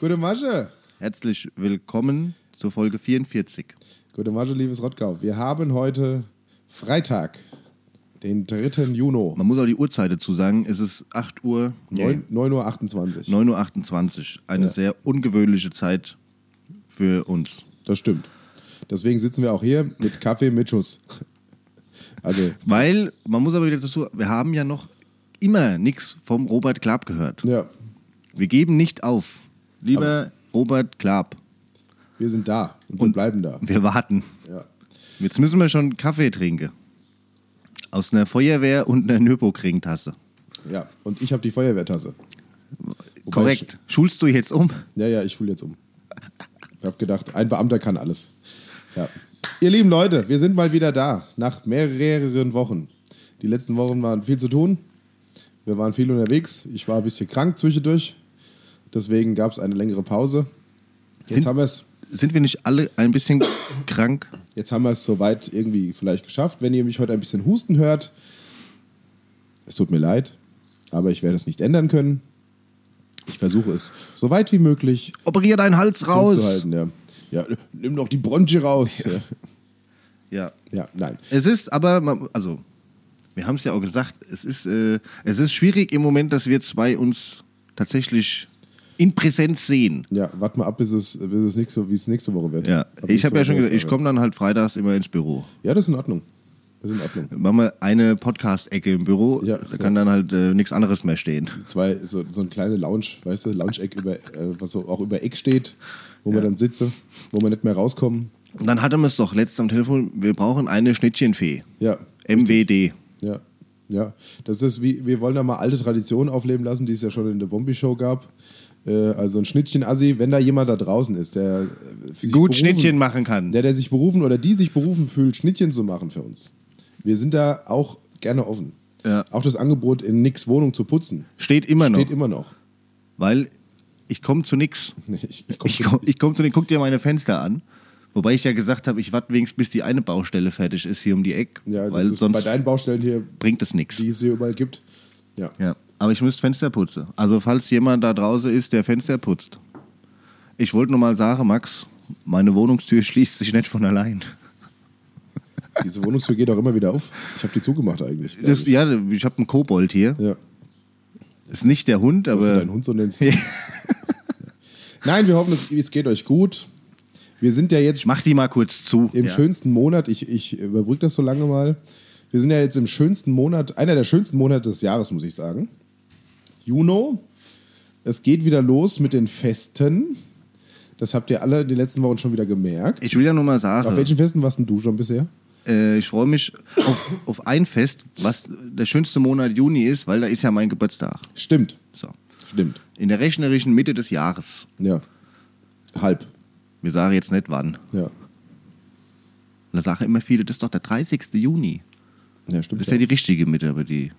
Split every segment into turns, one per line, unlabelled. Gute Masche.
Herzlich willkommen zur Folge 44.
Gute Masche, liebes Rottgau. Wir haben heute Freitag, den 3. Juni,
Man muss auch die Uhrzeit dazu sagen, es ist 8 Uhr, nee,
9, 9.28 Uhr.
9.28 Uhr. Eine sehr ungewöhnliche Zeit für uns.
Das stimmt. Deswegen sitzen wir auch hier mit Kaffee mit Schuss. Also,
Weil, man muss aber wieder dazu, wir haben ja noch immer nichts vom Robert Klapp gehört.
ja,
Wir geben nicht auf. Lieber Robert Klapp,
wir sind da und, und bleiben da.
wir warten.
Ja.
Jetzt müssen wir schon Kaffee trinken. Aus einer Feuerwehr und einer Nürburgring-Tasse.
ja, und ich habe die Feuerwehrtasse. Wobei
Korrekt. Schulst du jetzt um?
Ja, ja, ich schule jetzt um. Ich habe gedacht, ein Beamter kann alles. Ja. Ihr lieben Leute, wir sind mal wieder da, nach mehreren Wochen. Die letzten Wochen waren viel zu tun. Wir waren viel unterwegs. Ich war ein bisschen krank zwischendurch. Deswegen gab es eine längere Pause. Jetzt
Sind-
haben wir es.
Sind wir nicht alle ein bisschen krank?
Jetzt haben wir es soweit irgendwie vielleicht geschafft. Wenn ihr mich heute ein bisschen husten hört, es tut mir leid, aber ich werde es nicht ändern können. Ich versuche es so weit wie möglich
Operier deinen Hals raus!
zurückzuhalten, Ja. ja, nimm doch die Bronche raus. Ja,
Ja.
ja nein.
Es ist aber, man- also, wir haben es ja auch gesagt, es ist, äh, es ist schwierig im Moment, dass wir zwei uns tatsächlich in Präsenz sehen.
Ja, warte mal ab, bis es, bis es nächste, wie es nächste Woche wird.
Ja,
Ab
ich
nächste
habe ja
Woche
schon
ist
gesagt, ich
aber-
komme dann halt freitags immer ins Büro.
Ja, das ist in Ordnung. Das ist in Ordnung.
Dann machen wir eine Podcast-Ecke im Büro,
Ja.
da kann dann halt äh, nichts anderes mehr stehen.
Zwei, so, so ein kleine Lounge, weißt du, Lounge-Eck, über, äh, was so auch über Eck steht, wo man dann sitze, wo man nicht mehr rauskommen.
Und dann hatten wir es doch letztens am Telefon, wir brauchen eine Schnittchenfee.
Ja,
MWD.
ja, ja. Das ist wie, wir wollen da mal alte Traditionen aufleben lassen, die es ja schon in der Bombi-Show gab. Äh, also ein Schnittchen-Assi, wenn da jemand da draußen ist, der äh, sich
Gut
berufen-
Schnittchen machen kann.
Der, der sich berufen oder die sich berufen fühlt, Schnittchen zu machen für uns. Wir sind da auch gerne offen.
Ja.
Auch das Angebot, in Nicks Wohnung zu putzen,
Steht immer noch.
steht immer noch.
weil ich komme zu nix.
Ich, ich komm
Ich
zu-
komme ich komm zu nix. Guck dir meine Fenster an. Wobei ich ja gesagt habe, ich warte wenigstens, bis die eine Baustelle fertig ist hier um die Ecke.
ja, das
weil
ist bei
sonst
deinen Baustellen hier,
bringt es nichts.
die es hier überall gibt. Ja.
Ja. Aber ich müsste Fenster putzen. Also falls jemand da draußen ist, der Fenster putzt. Ich wollte nur mal sagen, Max, meine Wohnungstür schließt sich nicht von allein.
Diese Wohnungstür geht auch immer wieder auf. Ich habe die zugemacht eigentlich. glaub
Das,
ich.
ja, ich habe einen Kobold hier.
ja.
Ist nicht der Hund,
Dass du
aber
deinen Hund so nennst. Nein, wir hoffen, es, es geht euch gut. Wir sind ja jetzt
mach die mal kurz zu.
im
ja.
schönsten Monat, ich, ich überbrücke das so lange mal. Wir sind ja jetzt im schönsten Monat, einer der schönsten Monate des Jahres, muss ich sagen. Juno, es geht wieder los mit den Festen. Das habt ihr alle in den letzten Wochen schon wieder gemerkt.
Ich will ja nur mal sagen.
Auf welchen Festen warst denn du schon bisher?
Äh, ich freue mich auf, auf ein Fest, was der schönste Monat Juni ist, weil da ist ja mein Geburtstag.
Stimmt,
So.
stimmt.
In der rechnerischen Mitte des Jahres.
Ja. Halb,
Wir sagen jetzt nicht wann.
ja.
Da sagen immer viele, das ist doch der 30. Juni.
Ja, stimmt.
Das ist ja
ja.
die richtige Mitte, aber die,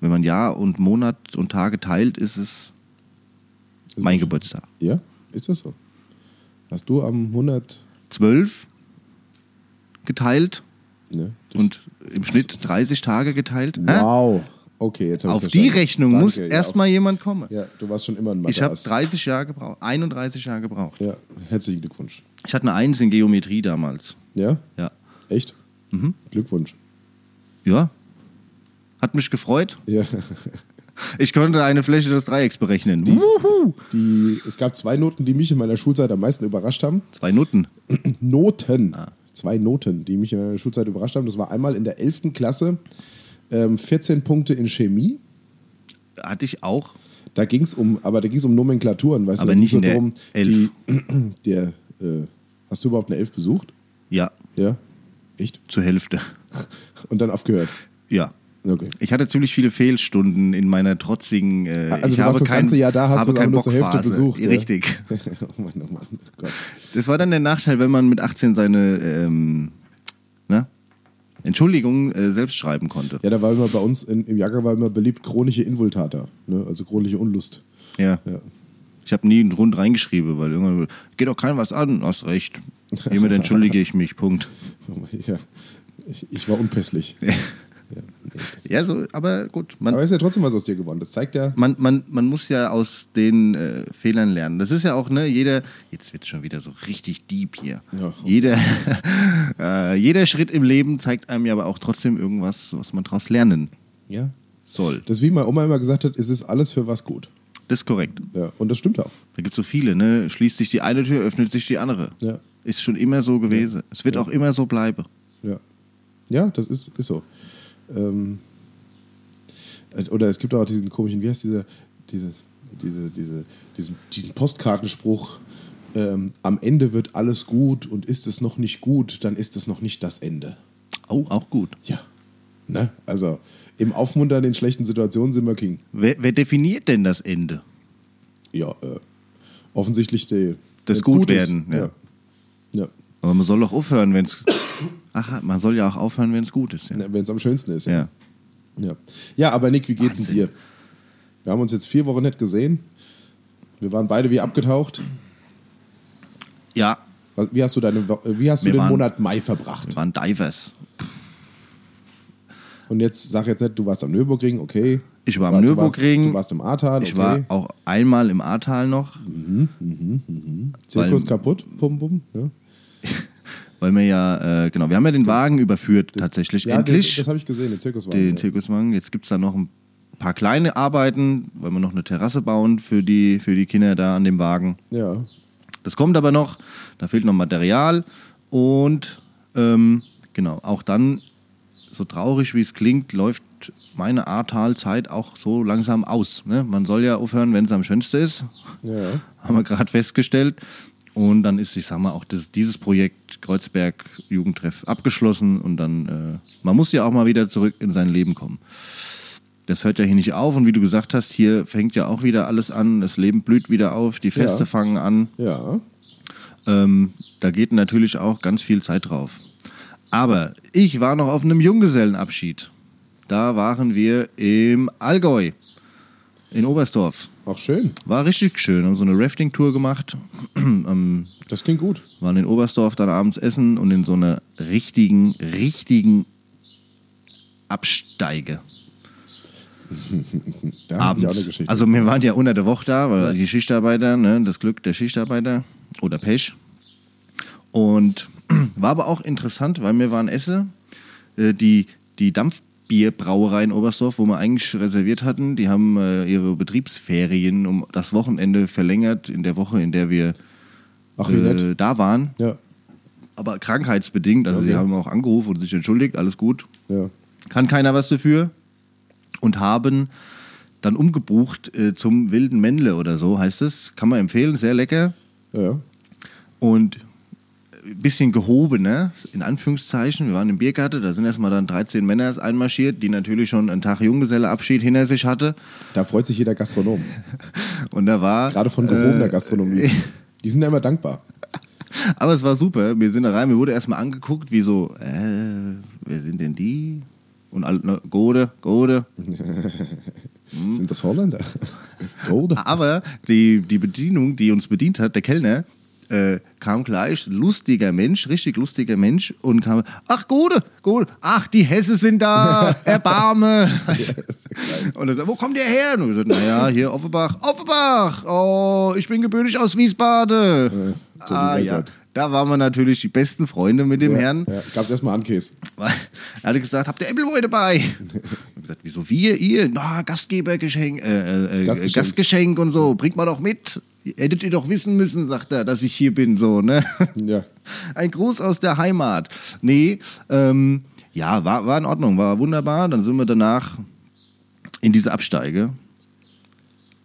wenn man Jahr und Monat und Tage teilt, ist es mein Geburtstag.
ja, ist das so? Hast du am 100.
12 geteilt
Ne? Das-
und im Schnitt 30 Tage geteilt. Hä?
wow. Okay, jetzt hab ich's
Auf die
verstanden.
Rechnung
Danke,
muss
ja, auf-
erstmal jemand kommen.
Ja, du warst schon immer ein
Ich habe
Mathe-Ass.
30 Jahre gebraucht, 31 Jahre gebraucht.
Ja, herzlichen Glückwunsch.
Ich hatte eine Eins in Geometrie damals.
Ja?
Ja.
Echt?
Mhm.
Glückwunsch.
Ja. Hat mich gefreut.
Ja.
Ich konnte eine Fläche des Dreiecks berechnen. Wuhu!
Die, es gab zwei Noten, die mich in meiner Schulzeit am meisten überrascht haben.
Zwei Nutten.
Noten.
Ah.
Zwei Noten, die mich in meiner Schulzeit überrascht haben. Das war einmal in der 11. Klasse ähm, 14 Punkte in Chemie.
Hatte ich auch.
Da ging es um, aber da ging es um Nomenklaturen, weißt
Aber
du? da
nicht
ging's
in der
darum,
Elf.
Die, der, äh, hast du überhaupt eine Elf besucht?
Ja,
Ja. Echt?
zur Hälfte.
Und dann aufgehört.
Ja.
Okay.
Ich hatte ziemlich viele Fehlstunden in meiner trotzigen. Äh,
Also
ich
du warst
habe
das
kein-
ganze Jahr da, hast
habe
es aber
keinen
nur zur Hälfte
Bockphase.
besucht. ja.
Richtig.
oh Mann, oh Mann, oh Gott.
Das war dann der Nachteil, wenn man mit 18 seine ähm, ne? Entschuldigung äh, selbst schreiben konnte.
Ja, da war immer bei uns in, im Jager war immer beliebt chronische Invultata, ne? also chronische Unlust.
Ja.
Ja.
Ich habe nie einen Grund reingeschrieben, weil irgendwann geht doch keinem was an. Hast recht. Hiermit entschuldige ich mich. Punkt.
Ja, ich, ich war unpässlich. Ja, nee, das ist
Ja, so, aber gut. Man,
Aber ist ja trotzdem was aus dir geworden. Das zeigt ja.
man, man, man muss ja aus den äh, Fehlern lernen. Das ist ja auch, ne, jeder, jetzt wird schon wieder so richtig deep hier.
Ja, komm.
Jeder, äh, jeder Schritt im Leben zeigt einem ja aber auch trotzdem irgendwas, was man daraus lernen
Ja.
soll.
Das, wie meine Oma immer gesagt hat, es ist alles für was gut.
Das ist korrekt.
Ja. Und das stimmt auch.
Da gibt es so viele, ne? Schließt sich die eine Tür, öffnet sich die andere.
Ja.
Ist schon immer so gewesen. Es wird auch immer so bleiben.
Ja, ja das ist, ist so. Ähm, äh, oder es gibt auch diesen komischen, wie heißt dieser, dieses, diese, diese, diesen, diesen Postkartenspruch, ähm, am Ende wird alles gut und ist es noch nicht gut, dann ist es noch nicht das Ende.
Oh, auch gut.
Ja. Ne? Also im Aufmuntern in schlechten Situationen sind wir King.
Wer, wer definiert denn das Ende?
Ja, äh, offensichtlich die,
Das
wenn's
Gutwerden,
Ist.
ja.
Ja. ja.
Aber man soll doch aufhören, wenn es. Aha, man soll ja auch aufhören, wenn es gut ist. Ja.
Wenn es ne, am schönsten ist.
ja.
Ja. ja, aber Nick, wie geht's
Wahnsinn.
denn dir? Wir haben uns jetzt vier Wochen nicht gesehen. Wir waren beide wie abgetaucht.
Ja,
Was- Wie hast du, deine, Wo- wie hast du
Wir
den
waren-
Monat Mai verbracht?
wir waren Divers.
Und jetzt sag jetzt nicht, du warst am Nürburgring, okay.
Ich war am
Du Warst,
Nürburgring.
du warst im Ahrtal, okay.
Ich war auch einmal im Ahrtal noch,
Zirkus
weil-
kaputt, bum bum. Ja,
weil wir ja, äh, genau, wir haben ja den Wagen überführt tatsächlich.
ja den,
Endlich
das habe ich gesehen, den Zirkuswagen.
den
ja.
Zirkuswagen. Jetzt gibt es da noch ein paar kleine Arbeiten, weil wir noch eine Terrasse bauen für die, für die Kinder da an dem Wagen.
ja,
Das kommt aber noch, da fehlt noch Material und ähm, genau, auch dann, so traurig wie es klingt, läuft meine Ahrtal-Zeit auch so langsam aus. Ne? Man soll ja aufhören, wenn es am schönsten ist,
ja,
haben wir gerade festgestellt. Und dann ist, ich sag mal, auch das, dieses Projekt Kreuzberg Jugendtreff abgeschlossen und dann, äh, man muss ja auch mal wieder zurück in sein Leben kommen. Das hört ja hier nicht auf und wie du gesagt hast, hier fängt ja auch wieder alles an, das Leben blüht wieder auf, die Feste
Ja.
fangen an.
ja.
Ähm, da geht natürlich auch ganz viel Zeit drauf. Aber ich war noch auf einem Junggesellenabschied. Da waren wir im Allgäu, in Oberstdorf.
Auch schön.
War richtig schön, haben so eine Rafting-Tour gemacht, ähm,
Das klingt gut.
waren in Oberstdorf dann abends essen und in so einer richtigen, richtigen Absteige
Da hab ich auch eine
abends.
Geschichte.
Also wir waren ja unter der Woche da, weil die Schichtarbeiter, ne, das Glück der Schichtarbeiter oder Pech. Und war aber auch interessant, weil wir waren Esse, äh, die, die Dampfbierbrauerei in Oberstdorf, wo wir eigentlich reserviert hatten, die haben äh, ihre Betriebsferien um das Wochenende verlängert, in der Woche, in der wir
Ach, wie nett.
äh, da waren.
Ja,
Aber krankheitsbedingt, also sie
Okay.
haben auch angerufen und sich entschuldigt, alles gut,
ja.
kann keiner was dafür und haben dann umgebucht äh, zum wilden Männle oder so heißt es. Kann man empfehlen, sehr lecker
Ja,
und ein bisschen gehobener, in Anführungszeichen. Wir waren im Biergarten, da sind erstmal dann 13 Männer einmarschiert, die natürlich schon einen Tag Junggeselleabschied hinter sich hatte.
da freut sich jeder Gastronom.
Und da war. äh,
Gerade von gehobener Gastronomie. Die sind ja immer dankbar.
Aber es war super. Wir sind da rein, mir wurde erstmal angeguckt, wie so, äh, wer sind denn die? Und alle, ne, Gode, Gode. Hm?
Sind das Holländer? Gold?
Aber die, die Bedienung, die uns bedient hat, der Kellner, äh, kam gleich, lustiger Mensch, richtig lustiger Mensch, und kam, ach Gode, Gode, ach, die Hesse sind da, Erbarme. und er sagt, wo kommt ihr her? Und wir gesagt, naja, hier Offenbach, Offenbach, oh, ich bin gebürtig aus Wiesbaden.
Ja, so die
ah
Welt
ja,
hat.
da waren wir natürlich die besten Freunde mit dem
ja,
Herrn.
Ja. Gab's erstmal Ankäse.
Weil er hatte gesagt, habt ihr Appleboy dabei? Ich hab gesagt, wieso wir, ihr? Na, Gastgebergeschenk, äh, äh, Gastgeschenk.
Gastgeschenk.
Gastgeschenk und so, bringt mal doch mit. Hättet ihr doch wissen müssen, sagt er, dass ich hier bin, so, ne?
Ja.
Ein Gruß aus der Heimat. Nee, ähm, ja, war, war in Ordnung, war wunderbar. Dann sind wir danach in diese Absteige.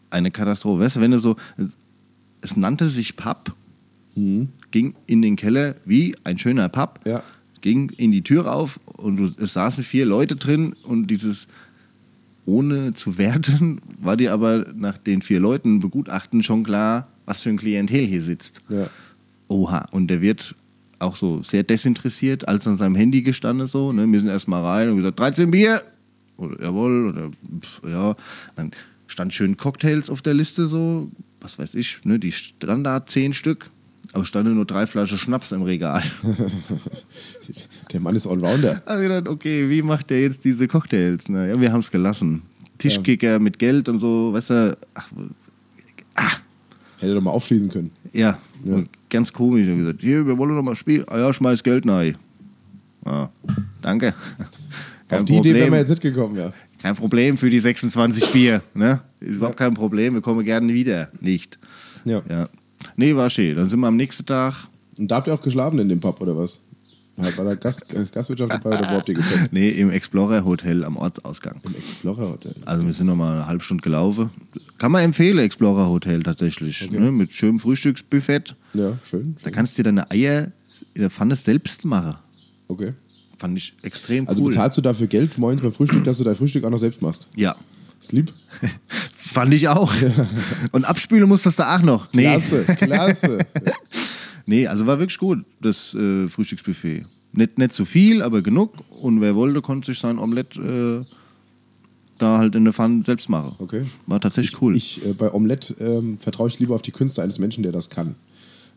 Eine Katastrophe. Weißt du, wenn du so, es nannte sich Pub,
hm,
ging in den Keller wie ein schöner Pub,
Ja.
ging in die Tür auf und du- es saßen vier Leute drin und dieses ohne zu werten, war dir aber nach den vier Leuten begutachten schon klar, was für ein Klientel hier sitzt.
Ja.
Oha, und der wird auch so sehr desinteressiert, als an seinem Handy gestanden so, ne? wir sind erstmal rein und gesagt, 13 Bier, oder jawohl, oder pf, ja, dann stand schön Cocktails auf der Liste so, was weiß ich, ne? die Standard 10 Stück, aber standen nur drei Flaschen Schnaps im Regal.
Der Mann ist Allrounder.
Also gedacht, okay, wie macht der jetzt diese Cocktails? Na, ja, wir haben es gelassen. Tischkicker mit Geld und so, weißt du, ach,
Hätte doch mal aufschließen können.
ja, Und ganz komisch. Und gesagt, hier, wir wollen noch mal spielen. Ah ja, schmeiß Geld rein. Ah, danke. Kein
Auf die Idee wären wir jetzt nicht gekommen, ja.
Kein Problem für die 26 Bier. Ne? Ist überhaupt kein Problem, wir kommen gerne wieder. Nicht.
ja.
Ja. Nee, war schön. Dann sind wir am nächsten Tag.
Und da habt ihr auch geschlafen in dem Pub, oder was? Ja, Bei der Gast, äh, Gastwirtschaft und bei der Warp gekommen.
Nee, im Explorer Hotel am Ortsausgang.
Im Explorer Hotel.
Also wir sind noch mal eine halbe Stunde gelaufen. Kann man empfehlen, Explorer Hotel tatsächlich. Ne? Mit schönem Frühstücksbuffet.
Ja, schön.
Da kannst du dir deine Eier in der Pfanne selbst machen.
Okay.
Fand ich extrem
Also
cool.
bezahlst du dafür Geld morgens beim Frühstück, dass du dein Frühstück auch noch selbst machst?
ja.
Sleep?
Fand ich auch. Und abspülen musstest du auch noch. Nee.
Klasse, klasse.
Nee, also war wirklich gut, das äh, Frühstücksbuffet. Nicht, nicht zu viel, aber genug. Und wer wollte, konnte sich sein Omelett äh, da halt in der Pfanne selbst machen.
Okay.
War tatsächlich cool.
Ich, äh, bei Omelette ähm, vertraue ich lieber auf die Künste eines Menschen, der das kann.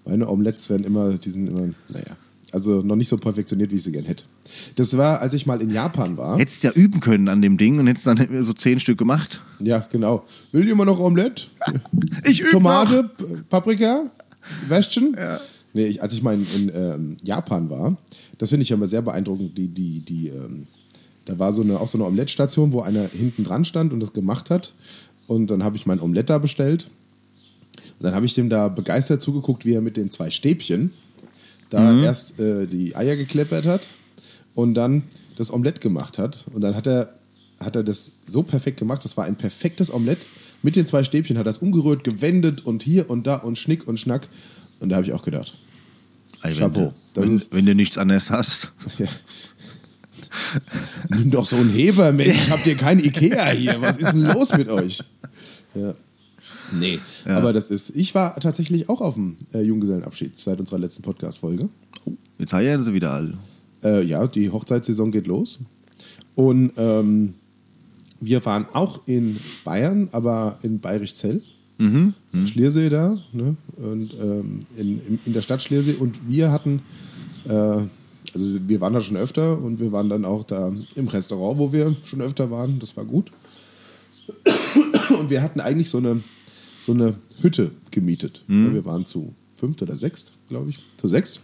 Meine Omelettes werden immer, die sind immer, naja, also noch nicht so perfektioniert, wie ich sie gern hätte. Das war, als ich mal in Japan war.
Hättest ja üben können an dem Ding und hättest dann so zehn Stück gemacht.
Ja, genau. Will jemand noch Omelette?
Ich übe
Tomate, P- Paprika, Wäschchen. Nee, ich, als ich mal in, in ähm, Japan war, das finde ich ja immer sehr beeindruckend, die, die, die, ähm, da war so eine, auch so eine Omelettstation, wo einer hinten dran stand und das gemacht hat. Und dann habe ich mein Omelett da bestellt. Und dann habe ich dem da begeistert zugeguckt, wie er mit den zwei Stäbchen da erst äh, die Eier gekleppert hat und dann das Omelett gemacht hat. Und dann hat er, hat er das so perfekt gemacht, das war ein perfektes Omelett. Mit den zwei Stäbchen hat er es umgerührt, gewendet und hier und da und schnick und schnack. Und da habe ich auch gedacht,
Ei, wenn,
Chapeau.
du,
Das
wenn,
ist-
wenn du nichts anderes hast.
ja. nimm doch so einen Heber, Mensch, habt ihr kein Ikea hier? Was ist denn los mit euch? Ja. Nee, aber das ist, ich war tatsächlich auch auf dem äh, Junggesellenabschied seit unserer letzten Podcast-Folge.
Jetzt heiraten sie wieder alle.
äh, ja, die Hochzeitssaison geht los. Und ähm, wir waren auch in Bayern, aber in Bayerischzell. Schliersee da, ne? Und ähm, in, in- in der Stadt Schliersee. Und wir hatten, äh, also wir waren da schon öfter und wir waren dann auch da im Restaurant, wo wir schon öfter waren. Das war gut. Und wir hatten eigentlich so eine, so eine Hütte gemietet. Wir waren zu fünft oder sechst, glaube ich. Zu sechst.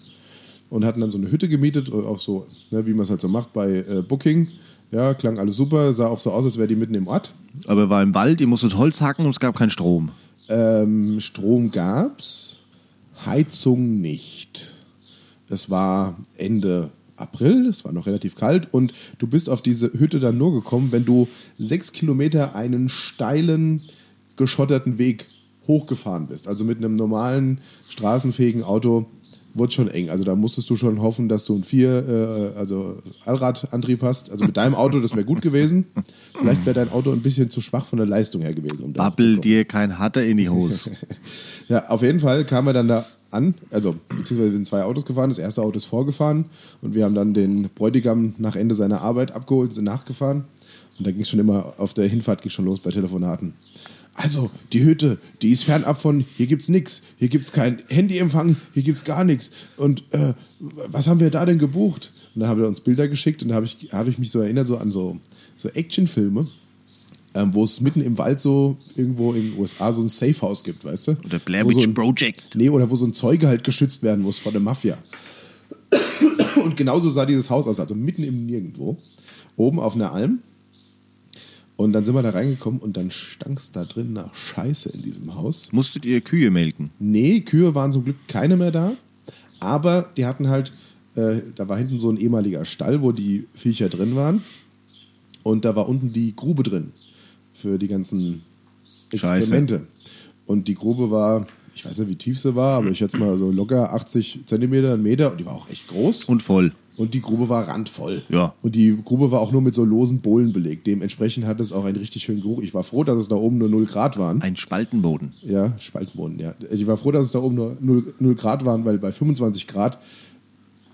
Und hatten dann so eine Hütte gemietet, äh, auf so, ne, wie man es halt so macht bei äh, Booking. Ja, klang alles super, sah auch so aus, als wäre die mitten im Ort.
Aber war im Wald, ihr musstet Holz hacken und es gab keinen Strom.
Ähm, Strom gab's, Heizung nicht. Es war Ende April, es war noch relativ kalt und du bist auf diese Hütte dann nur gekommen, wenn du sechs Kilometer einen steilen, geschotterten Weg hochgefahren bist. Also mit einem normalen, straßenfähigen Auto wurde schon eng. Also da musstest du schon hoffen, dass du ein Vier, äh, also Allradantrieb hast. Also mit deinem Auto, das wäre gut gewesen. Vielleicht wäre dein Auto ein bisschen zu schwach von der Leistung her gewesen. Um da
Babbel
hochzukommen.
dir kein Hatter in die Hose.
Ja, auf jeden Fall kamen wir dann da an, also beziehungsweise wir sind zwei Autos gefahren, das erste Auto ist vorgefahren und wir haben dann den Bräutigam nach Ende seiner Arbeit abgeholt, sind nachgefahren und da ging es schon immer, auf der Hinfahrt ging schon los bei Telefonaten. Also, die Hütte, die ist fernab von, hier gibt's nix, hier gibt's kein Handyempfang, hier gibt's gar nichts. Und äh, was haben wir da denn gebucht? Und da haben wir uns Bilder geschickt und da habe ich, hab ich mich so erinnert, so an so, so Actionfilme, ähm, wo es mitten im Wald so irgendwo in den USA so ein Safehouse gibt, weißt du?
Oder Blair
Wo so
Witch
ein-
Project.
Nee, oder wo so ein Zeuge halt geschützt werden muss vor der Mafia. Und genauso sah dieses Haus aus, also mitten im Nirgendwo, oben auf einer Alm. Und dann sind wir da reingekommen und dann stank es da drin nach Scheiße in diesem Haus.
Musstet ihr Kühe melken?
Nee, Kühe waren zum Glück keine mehr da, aber die hatten halt, äh, da war hinten so ein ehemaliger Stall, wo die Viecher drin waren. Und da war unten die Grube drin für die ganzen
Scheiße.
Experimente. Und die Grube war, ich weiß nicht, wie tief sie war, aber ich schätze mal so locker 80 Zentimeter, einen Meter. Und die war auch echt groß.
Und voll.
Und die Grube war randvoll.
Ja.
Und die Grube war auch nur mit so losen Bohlen belegt. Dementsprechend hat es auch einen richtig schönen Geruch. Ich war froh, dass es da oben nur 0 Grad waren.
Ein Spaltenboden.
Ja, Spaltboden, ja. Also Ich war froh, dass es da oben nur 0, Grad waren, weil bei 25 Grad,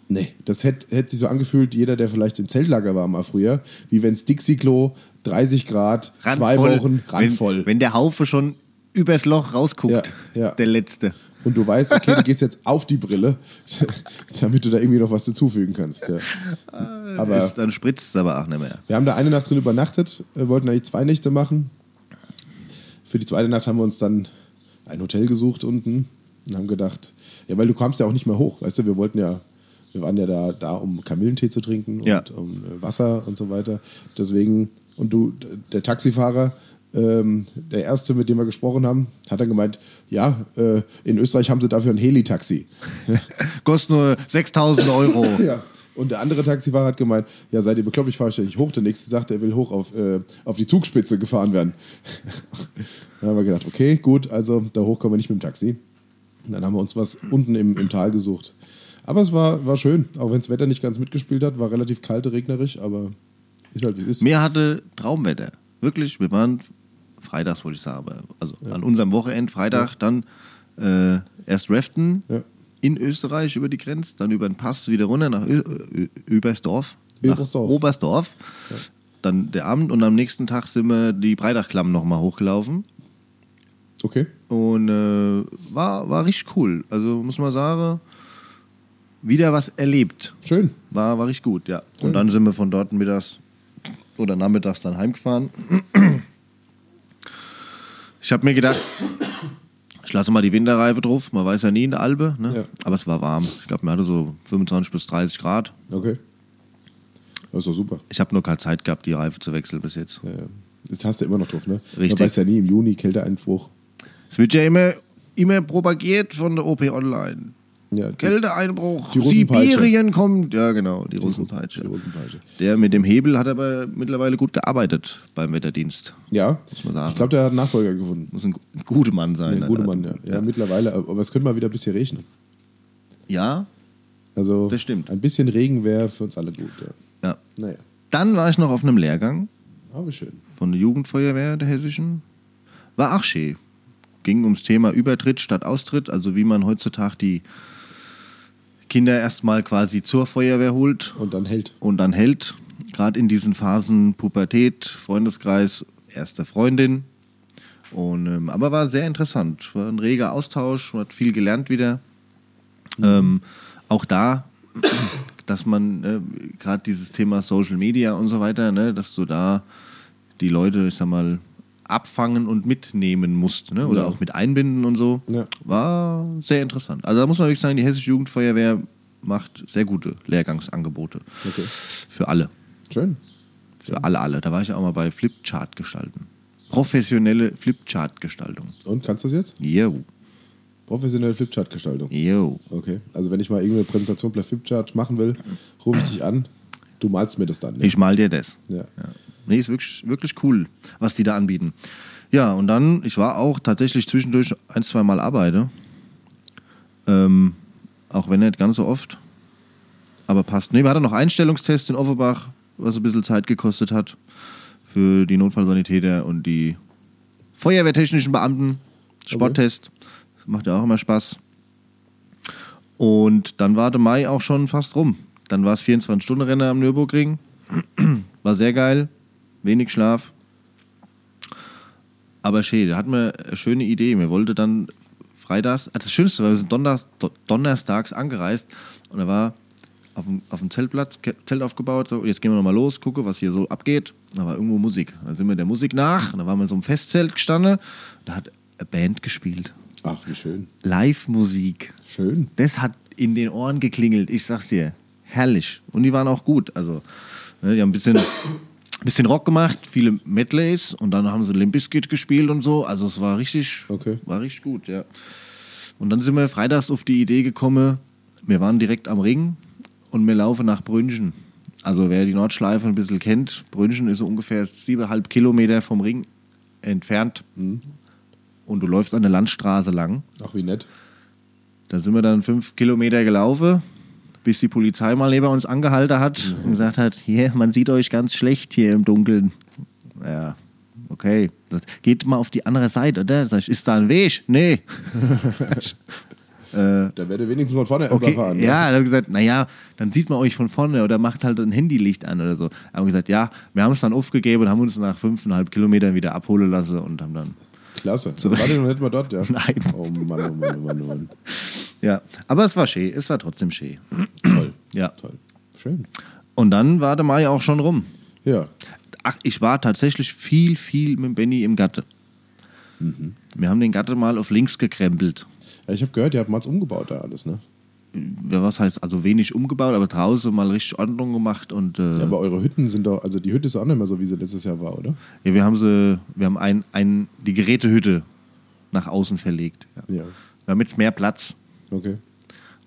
nee, das hätte hätt sich so angefühlt, jeder, der vielleicht im Zeltlager war mal früher, wie wenns Dixie-Klo, 30 Grad, zwei Wochen, randvoll.
Wenn, wenn der Haufe schon übers Loch rausguckt,
Ja, ja.
der letzte.
und du weißt, okay, du gehst jetzt auf die Brille, damit du da irgendwie noch was hinzufügen kannst. Ja. Aber
Dann spritzt es aber auch nicht mehr.
wir haben da eine Nacht drin übernachtet, äh, wollten eigentlich zwei Nächte machen. Für die zweite Nacht haben wir uns dann ein Hotel gesucht unten und haben gedacht, ja, weil du kamst ja auch nicht mehr hoch, weißt du, wir wollten ja, wir waren ja da, da um Kamillentee zu trinken und
Ja.
um äh, Wasser und so weiter. Deswegen, und du, d- der Taxifahrer, ähm, der erste, mit dem wir gesprochen haben, hat dann gemeint, ja, äh, in Österreich haben sie dafür ein Heli-Taxi.
Kostet nur 6000 Euro.
Ja. Und der andere Taxifahrer hat gemeint, ja, seid ihr bekloppt, ich fahre euch ja nicht hoch. Der nächste sagt, er will hoch auf, äh, auf die Zugspitze gefahren werden. dann haben wir gedacht, okay, gut, also da hoch kommen wir nicht mit dem Taxi. Und dann haben wir uns was unten im, im Tal gesucht. Aber es war, war schön, auch wenn das Wetter nicht ganz mitgespielt hat, war relativ kalt, regnerisch, aber ist halt wie es ist.
Mir hatte Traumwetter. Wirklich, wir waren freitags, wollte ich sagen, aber also an unserem Wochenend, Freitag, dann äh, erst raften
Ja.
in Österreich über die Grenze, dann über den Pass wieder runter nach Ö Ö Übersdorf. Nach
Oberstdorf.
Oberstdorf. Dann der Abend und am nächsten Tag sind wir die Breitachklamm nochmal hochgelaufen.
Okay.
Und äh, war, war richtig cool. Also muss man sagen, wieder was erlebt.
Schön.
War, war richtig gut, ja.
Schön.
Und dann sind wir von dort mittags oder nachmittags dann heimgefahren. Ich habe mir gedacht, ich lasse mal die Winterreife drauf. Man weiß ja nie in der Albe, ne?
Ja.
aber es war warm. Ich glaube, man hatte so 25 bis 30 Grad.
Okay. Das ist doch super.
Ich habe nur keine Zeit gehabt, die Reife zu wechseln bis jetzt.
Ja, ja. Das hast du immer noch drauf, ne? Man
Richtig.
weiß ja nie, im Juni Kälteeinbruch.
Es wird ja immer, immer propagiert von der OP Online.
Ja, die-
Kälteeinbruch,
Die Russenpeitsche.
Sibirien kommt. Ja, genau, die
Die
Russenpeitsche.
Rosenpeitsche.
Der mit dem Hebel hat aber mittlerweile gut gearbeitet beim Wetterdienst.
Ja,
man sagen.
ich glaube, der hat einen Nachfolger gefunden.
Muss ein gu- guter Mann sein.
Ein guter
Alter.
Mann, ja. ja. mittlerweile. Aber es könnte mal wieder ein bisschen regnen.
Ja,
Also
Das stimmt.
ein bisschen Regen wäre für uns alle gut. Ja.
ja.
Naja,
Dann war ich noch auf einem Lehrgang
aber schön.
von der Jugendfeuerwehr der Hessischen. War auch schön. Ging ums Thema Übertritt statt Austritt, also wie man heutzutage die Kinder erstmal quasi zur Feuerwehr holt
Und dann hält.
und dann hält. Gerade in diesen Phasen Pubertät, Freundeskreis, erste Freundin. Und, ähm, aber war sehr interessant. War ein reger Austausch, man hat viel gelernt wieder.
Mhm.
Ähm, auch da, dass man äh, gerade dieses Thema Social Media und so weiter, ne, dass du da die Leute, ich sag mal, abfangen und mitnehmen musst ne? oder
Ja.
auch mit einbinden und so.
Ja.
War sehr interessant. Also da muss man wirklich sagen, die Hessische Jugendfeuerwehr macht sehr gute Lehrgangsangebote.
Okay.
Für alle.
Schön.
Für alle, alle. Da war ich auch mal bei Flipchart gestalten. Professionelle Flipchart-Gestaltung.
Und kannst du das jetzt?
Yo,
Professionelle Flipchart-Gestaltung.
yo.
Okay. Also wenn ich mal irgendeine Präsentation per Flipchart machen will, rufe ich dich an. Du malst mir das dann. Ne?
Ich mal dir das.
Ja.
Ja. Nee, ist wirklich, wirklich cool, was die da anbieten. Ja, und dann, ich war auch tatsächlich zwischendurch ein, zwei Mal arbeite. Ähm, auch wenn nicht ganz so oft. Aber passt. Nee, wir hatten noch Einstellungstest in Offenbach, was ein bisschen Zeit gekostet hat für die Notfallsanitäter und die feuerwehrtechnischen Beamten. Sporttest. Das macht ja auch immer Spaß. Und dann war der Mai auch schon fast rum. Dann war es 24-Stunden-Rennen am Nürburgring. War sehr geil, wenig Schlaf. Aber schön, da hatten wir eine schöne Idee. Wir wollten dann freitags, also das Schönste war, wir sind Donners, Do- donnerstags angereist und da war auf dem, auf dem Zeltplatz, Ke- Zelt aufgebaut, so, jetzt gehen wir nochmal los, gucke, was hier so abgeht. Da war irgendwo Musik. Dann sind wir der Musik nach und da waren wir in so einem Festzelt gestanden. Da hat eine Band gespielt.
Ach, wie schön.
Live-Musik.
Schön.
Das hat in den Ohren geklingelt, ich sag's dir. Herrlich. Und die waren auch gut. Also, ne, die haben ein bisschen, bisschen Rock gemacht, viele Medleys und dann haben sie Limp Bizkit gespielt und so. Also es war richtig,
Okay.
war richtig gut, ja. Und dann sind wir freitags auf die Idee gekommen, wir waren direkt am Ring und wir laufen nach Brünchen. Also wer die Nordschleife ein bisschen kennt, Brünchen ist so ungefähr siebeneinhalb Kilometer vom Ring entfernt. Und du läufst an der Landstraße lang.
Ach, wie nett.
Da sind wir dann fünf Kilometer gelaufen, bis die Polizei mal neben uns angehalten hat
Mhm.
und gesagt hat, hier, man sieht euch ganz schlecht hier im Dunkeln. Ja, okay. Das, geht mal auf die andere Seite, oder? Sag ich, ist da ein Weg? Nee.
Da werde wenigstens von vorne
Okay,
überfahren. ne?
ja, dann haben gesagt, naja, dann sieht man euch von vorne oder macht halt ein Handylicht an oder so. Haben gesagt, ja, wir haben es dann aufgegeben und haben uns nach fünfeinhalb Kilometern wieder abholen lassen und haben dann
Klasse. So. War denn noch nicht mal dort, ja?
Nein.
Oh Mann, oh Mann, oh Mann, oh Mann.
Ja, aber es war schön, es war trotzdem schön.
Toll.
Ja.
Toll. Schön.
Und dann war der Mai auch schon rum.
Ja.
Ach, ich war tatsächlich viel, viel mit Benny im Gatte. Wir haben den Gatte mal auf links gekrempelt.
ja ich habe gehört, ihr habt mal umgebaut da alles, ne?
Ja, Was heißt, also wenig umgebaut, aber draußen mal richtig Ordnung gemacht und äh,
Ja, aber eure Hütten sind doch, also die Hütte ist auch nicht mehr so, wie sie letztes Jahr war, oder?
ja, wir haben sie, wir haben ein, ein, die Gerätehütte nach außen verlegt. Ja.
Ja.
Wir haben jetzt mehr Platz
Okay.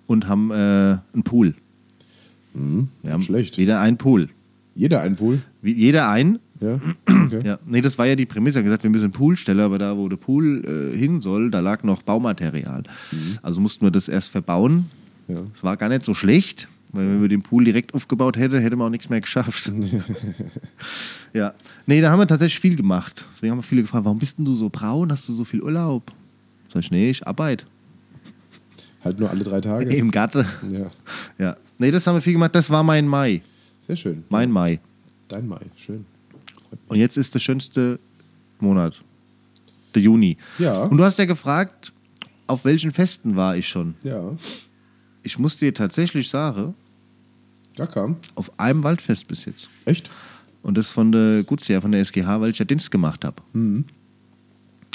und haben äh, einen Pool. wir haben
Hm, schlecht.
Wieder einen Pool.
Jeder ein Pool.
Wie, jeder ein.
Ja. Okay.
Ja. Nee, das war ja die Prämisse. Wir haben gesagt, wir müssen einen Pool stellen, aber da, wo der Pool äh, hin soll, da lag noch Baumaterial. Also mussten wir das erst verbauen.
Mhm. Ja.
Es war gar nicht so schlecht, weil wenn wir den Pool direkt aufgebaut hätten, hätten wir auch nichts mehr geschafft. ja. Nee, da haben wir tatsächlich viel gemacht. Deswegen haben wir viele gefragt, warum bist denn du so braun? Hast du so viel Urlaub? Sag ich, nee, ich arbeite.
Halt nur alle drei Tage.
Im Gatte.
Ja.
Ja. Nee, das haben wir viel gemacht. Das war mein Mai.
Sehr schön.
Mein Mai.
Dein Mai. Schön.
Und jetzt ist der schönste Monat. Der Juni.
Ja.
Und du hast ja gefragt, auf welchen Festen war ich schon?
Ja.
Ich muss dir tatsächlich sagen,
Da kam.
auf einem Waldfest bis jetzt.
Echt?
Und das von der Gutsherr, von der SGH, weil ich ja Dienst gemacht habe.
Mhm.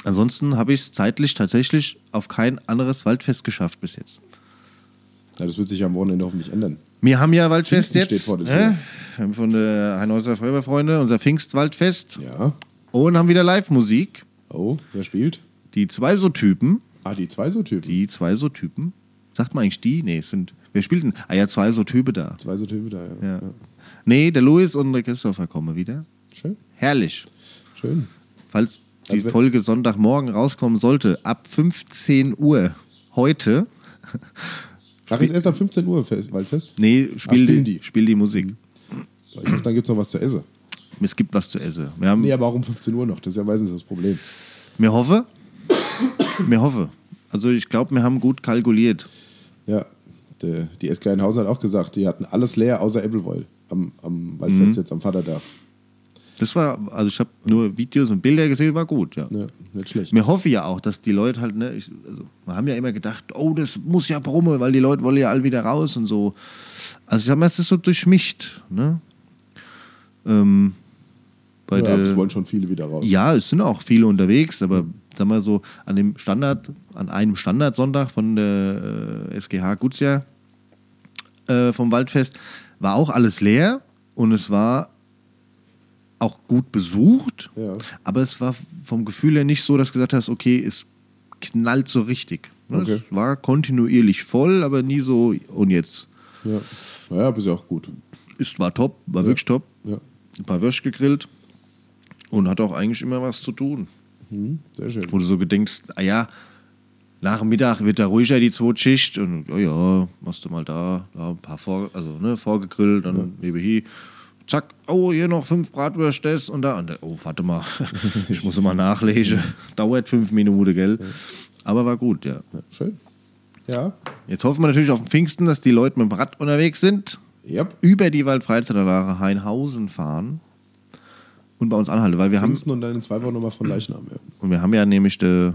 Ansonsten habe ich es zeitlich tatsächlich auf kein anderes Waldfest geschafft bis jetzt.
Ja, das wird sich am Wochenende hoffentlich ändern.
Wir haben ja Waldfest
Pfingsten
jetzt.
steht vor der Tür.
äh? Wir haben von der Heinhäuser Feuerwehrfreunde unser Pfingstwaldfest.
Ja.
Und haben wieder Live-Musik.
Oh, wer spielt?
Die zwei so Typen.
Ah, die zwei so Typen.
Die zwei so Typen. Sagt man eigentlich die? Nee, es sind. Wer spielt denn? Ah ja, zwei so Typen da.
Zwei so Typen da, ja.
Ja. Nee, der Louis und der Christopher kommen wieder.
Schön.
Herrlich.
Schön.
Falls die
Also wenn-
Folge Sonntagmorgen rauskommen sollte, ab 15 Uhr heute,
Ach, ist erst ab 15 Uhr Fest, Waldfest?
nee, spiel,
spielen
die,
die?
spiel die Musik.
Ich hoffe, dann gibt es noch was zu essen.
Es gibt was zu essen. Wir, haben,
Nee, aber auch um 15 Uhr noch. Das ist ja meistens das Problem.
wir hoffe, wir hoffe. Also ich glaube, wir haben gut kalkuliert.
Ja. Der, die SK in Hausen hat auch gesagt, die hatten alles leer außer Applewoll am, am
Mhm.
Waldfest jetzt am Vatertag.
Das war, also ich habe nur Videos und Bilder gesehen, war gut, ja.
Ja, Ne, nicht schlecht.
Mir hoffe ja auch, dass die Leute halt, ne, ich, also, wir haben ja immer gedacht, oh, das muss ja brummen, weil die Leute wollen ja alle wieder raus und so. Also ich sag mal, es ist so durchmischt, ne? Ähm, bei
Ja,
der,
es wollen schon viele wieder raus.
ja, es sind auch viele unterwegs, aber sag mal so, an dem Standard, an einem Standardsonntag von der äh, SGH Gutsja äh, vom Waldfest war auch alles leer und es war auch gut besucht,
Ja.
aber es war vom Gefühl her nicht so, dass du gesagt hast, okay, es knallt so richtig. Ne?
Okay.
Es war kontinuierlich voll, aber nie so, und jetzt,
Ja. Naja, aber ist ja auch gut.
es war top, war wirklich top,
Ja.
ein paar Wösch gegrillt und hat auch eigentlich immer was zu tun.
Hm, sehr schön.
wo du so gedenkst, ah ja, nach dem Mittag wird da ruhiger die zweite Schicht und ja, ja, machst du mal da, da ein paar vor, also, ne, vorgegrillt, dann lebe hier. Zack, oh, hier noch fünf Bratwürste das und da. Und, da- oh, warte mal, ich muss mal nachlesen. Dauert fünf Minuten, gell? Aber war gut, ja.
Ja, schön. Ja.
Jetzt hoffen wir natürlich auf den Pfingsten, dass die Leute mit dem Rad unterwegs sind,
Yep.
über die Waldfreizeitanlage Heinhausen fahren und bei uns anhalten, weil wir haben
Pfingsten und dann in zwei Wochen nochmal von Leichnam. Ja.
Und wir haben ja nämlich der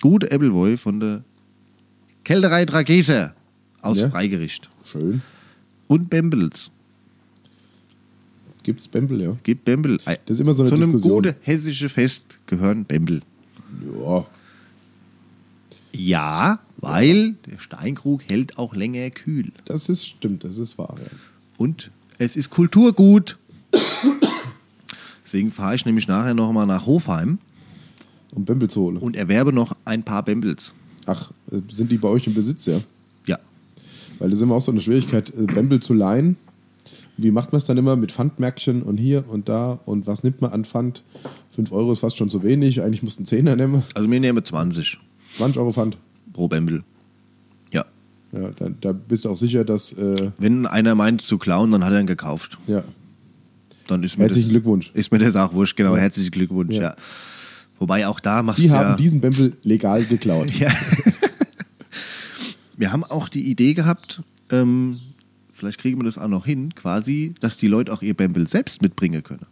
gute Appleboy von der Kälterei Drageser aus
Ja.
Freigericht.
Schön.
Und Bembels.
Gibt's Bempel, ja.
Gibt Bembel. Ei.
Das ist immer so eine
Zu einem
Diskussion.
guten hessischen Fest gehören Bembel.
Ja.
Ja, weil der Steinkrug hält auch länger kühl.
Das ist stimmt, das ist wahr. Ja.
Und es ist Kulturgut. Deswegen fahre ich nämlich nachher nochmal nach Hofheim
Um Bempel zu holen.
und erwerbe noch ein paar Bembels.
Ach, äh, sind die bei euch im Besitz, ja?
Ja.
Weil das ist immer auch so eine Schwierigkeit, äh, Bempel zu leihen. Wie macht man es dann immer mit Pfandmärkchen und hier und da und was nimmt man an Pfand? 5 Euro ist fast schon zu wenig, eigentlich mussten 10er nehmen.
Also wir nehmen 20
20 Euro Pfand.
pro Bembel. Ja.
Ja, da, da bist du auch sicher, dass. Äh,
Wenn einer meint zu klauen, dann hat er ihn gekauft.
ja,
Dann ist mir
herzlichen
das,
Glückwunsch.
Ist mir das auch wurscht, genau.
Ja.
Herzlichen Glückwunsch,
Ja.
ja. Wobei auch da machst
Sie
du ja,
haben diesen Bempel legal geklaut.
ja. Wir haben auch die Idee gehabt, ähm, vielleicht kriegen wir das auch noch hin, quasi, dass die Leute auch ihr Bembel selbst mitbringen können.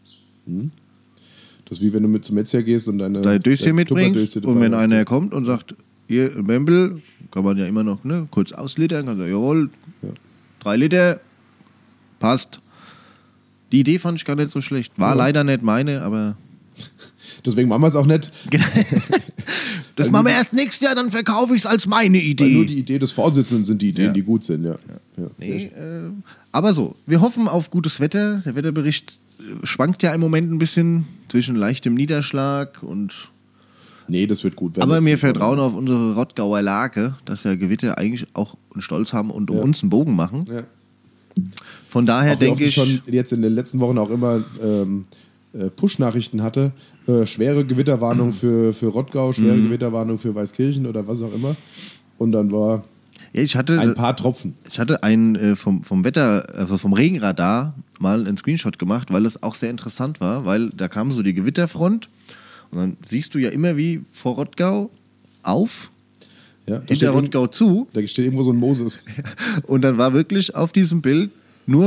Das ist wie wenn du mit zum Metzger gehst und deine,
Deine Döschen
deine
mitbringst
Tupperdöschen
und wenn
dabei hast.
einer kommt und sagt, hier, ein Bembel, kann man ja immer noch ne, kurz auslittern, kann sagen, jawohl,
Ja.
drei Liter, passt. Die Idee fand ich gar nicht so schlecht. War leider nicht meine, aber
Deswegen machen wir es auch nicht,
das machen wir erst nächstes Jahr, dann verkaufe ich es als meine
weil nur
Idee.
die Idee des Vorsitzenden sind die Ideen,
Ja.
die gut sind. Ja. Ja.
Nee, äh, aber so, wir hoffen auf gutes Wetter. Der Wetterbericht äh, schwankt ja im Moment ein bisschen zwischen leichtem Niederschlag und
nee, das wird gut. werden.
Aber
Jetzt
wir
nicht vorne.
vertrauen auf unsere Rottgauer Lage, dass wir Gewitter eigentlich auch einen Stolz haben und um
Ja.
uns einen Bogen machen.
Ja.
Von daher
Auch wie oft
denke
ich
ich,
schon jetzt in den letzten Wochen auch immer ähm, äh, Push-Nachrichten hatte. Äh, schwere Gewitterwarnung für, für Rottgau, schwere
Mhm.
Gewitterwarnung für Weißkirchen oder was auch immer. Und dann war
ja, ich hatte,
ein paar Tropfen.
ich hatte einen äh, vom, vom Wetter, also vom Regenradar mal einen Screenshot gemacht, weil das auch sehr interessant war, weil da kam so die Gewitterfront und dann siehst du ja immer wie vor Rottgau auf,
Ja, da, steht
hinter
irgend,
Rottgau zu
da steht irgendwo so ein Moses.
und dann war wirklich auf diesem Bild nur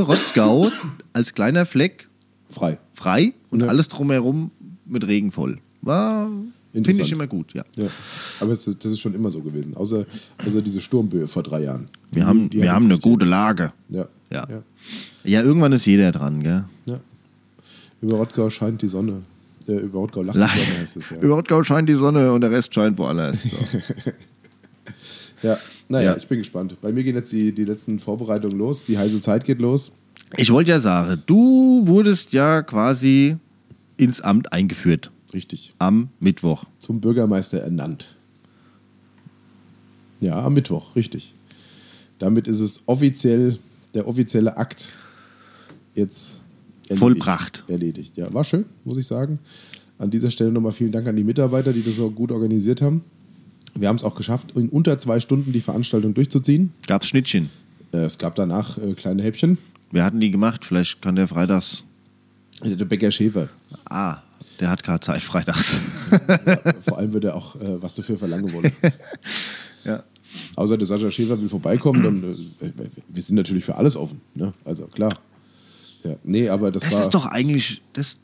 Rottgau als kleiner Fleck
Frei.
frei und
Ja.
alles drumherum mit Regen voll. War, finde ich
Interessant.
immer gut, ja.
Ja. Aber das, das ist schon immer so gewesen. Außer, außer diese Sturmböe vor drei Jahren.
Wir haben,
Die
wir
hat
haben eine
uns
gute Lage.
Ja.
Ja.
ja.
Ja, irgendwann ist jeder dran, gell?
ja. Über Rottgau scheint die Sonne. Äh, über Rottgau lacht die
La-
Sonne, heißt es ja.
Über Rottgau scheint die Sonne und der Rest scheint woanders.
Ja, naja,
Ja.
ich bin gespannt. Bei mir gehen jetzt die, die letzten Vorbereitungen los. Die heiße Zeit geht los.
ich wollte ja sagen, du wurdest ja quasi ins Amt eingeführt
Richtig.
am Mittwoch.
Zum Bürgermeister ernannt. Ja, am Mittwoch, richtig. Damit ist es offiziell, der offizielle Akt jetzt erledigt.
Vollbracht.
Erledigt. Ja, war schön, muss ich sagen. An dieser Stelle nochmal vielen Dank an die Mitarbeiter, die das so gut organisiert haben. Wir haben es auch geschafft, in unter zwei Stunden die Veranstaltung durchzuziehen.
Gab's Schnittchen.
Äh, Es gab danach äh, kleine Häppchen.
Wir hatten die gemacht, vielleicht kann der freitags.
Der Bäcker Schäfer,
Ah, der hat gerade Zeit freitags.
Vor allem wird er auch äh, was dafür verlangen wollen.
ja.
Außer der Sascha Schäfer will vorbeikommen, dann äh, wir sind natürlich für alles offen. Ne? Also klar. Ja, nee, aber das,
Das
war
ist doch eigentlich das,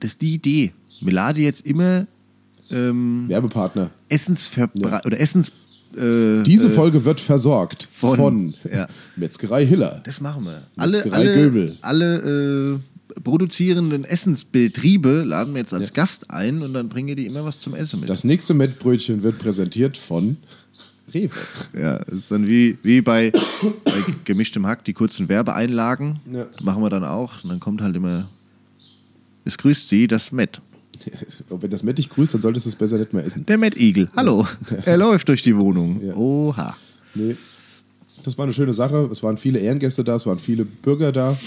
das ist die Idee. Wir laden jetzt immer ähm,
Werbepartner.
Essensverbra oder Essens. Äh,
Diese Folge wird versorgt
von-
von,
ja.
Metzgerei Hiller.
Das machen wir. Alle,
Metzgerei
alle,
Göbel.
alle äh, produzierenden Essensbetriebe laden wir jetzt als
Ja.
Gast ein und dann bringen wir die immer was zum Essen mit.
Das nächste Mettbrötchen wird präsentiert von Rewe.
ja, ist dann wie, wie bei, bei gemischtem Hack, die kurzen Werbeeinlagen
Ja.
machen wir dann auch. Und dann kommt halt immer, es grüßt sie, das Matt.
Und wenn das Mett dich grüßt, dann solltest du es besser nicht mehr essen.
Der Matt-Igel, hallo. Er läuft durch die Wohnung.
Ja.
Oha.
Nee. Das war eine schöne Sache. Es waren viele Ehrengäste da, es waren viele Bürger da.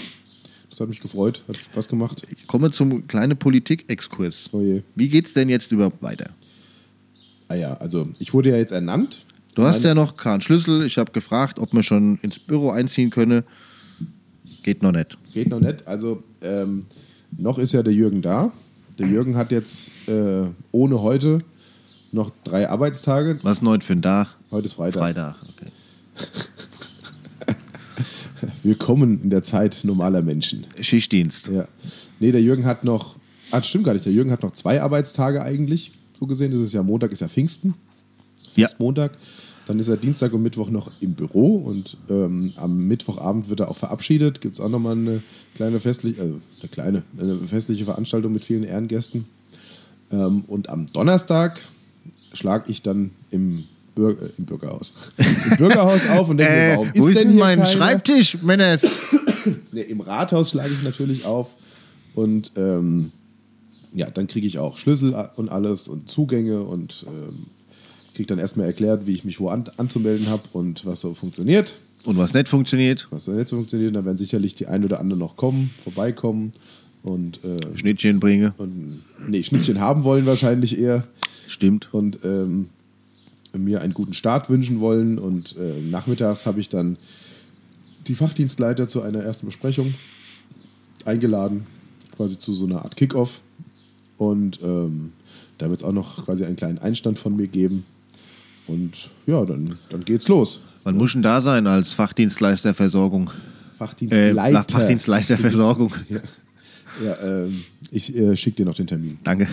Das hat mich gefreut, hat Spaß gemacht.
Ich komme zum kleinen Politik-Exkurs.
Oh je.
Wie geht's denn jetzt überhaupt weiter?
Ah ja, also ich wurde ja jetzt ernannt.
Du hast ja noch keinen Schlüssel. Ich habe gefragt, ob man schon ins Büro einziehen könne. Geht noch nicht.
Geht noch nicht. Also ähm, noch ist ja der Jürgen da. Der Jürgen hat jetzt äh, ohne heute noch drei Arbeitstage.
Was neu für ein Tag?
Heute ist Freitag.
Freitag. Okay.
Willkommen in der Zeit normaler Menschen.
Schichtdienst.
Ja. Nee, der Jürgen hat noch. Ah, das stimmt gar nicht. Der Jürgen hat noch zwei Arbeitstage eigentlich. So gesehen, das ist ja Montag, ist ja Pfingsten.
Ja.
Montag. Dann ist er Dienstag und Mittwoch noch im Büro und ähm, am Mittwochabend wird er auch verabschiedet. Gibt es auch nochmal eine kleine festliche, also eine kleine, eine festliche Veranstaltung mit vielen Ehrengästen. Ähm, und am Donnerstag schlage ich dann im, Bür äh, im Bürgerhaus. Im Bürgerhaus auf und denke, mir,
Äh,
warum ist,
wo ist
denn
denn
hier
mein
keiner?
Schreibtisch, Männers?
Nee, Im Rathaus schlage ich natürlich auf und ähm, ja, dann kriege ich auch Schlüssel a- und alles und Zugänge und ähm, kriege dann erstmal erklärt, wie ich mich wo an, anzumelden habe und was so funktioniert,
Und was nicht funktioniert?
was so nicht so funktioniert. Und dann werden sicherlich die ein oder andere noch kommen, vorbeikommen und, äh,
Schnittchen bringe.
und nee, Schnittchen haben wollen wahrscheinlich eher
Stimmt.
und ähm, mir einen guten Start wünschen wollen. Und äh, nachmittags habe ich dann die Fachdienstleiter zu einer ersten Besprechung eingeladen, quasi zu so einer Art Kickoff. Und ähm, da wird es auch noch quasi einen kleinen Einstand von mir geben. Und ja, dann, dann geht's los.
Man muss schon da sein als Fachdienstleisterversorgung. Äh,
Fachdienstleiter.
Fachdienstleisterversorgung.
Ja. Ja, ähm, ich äh, schicke dir noch den Termin.
Danke.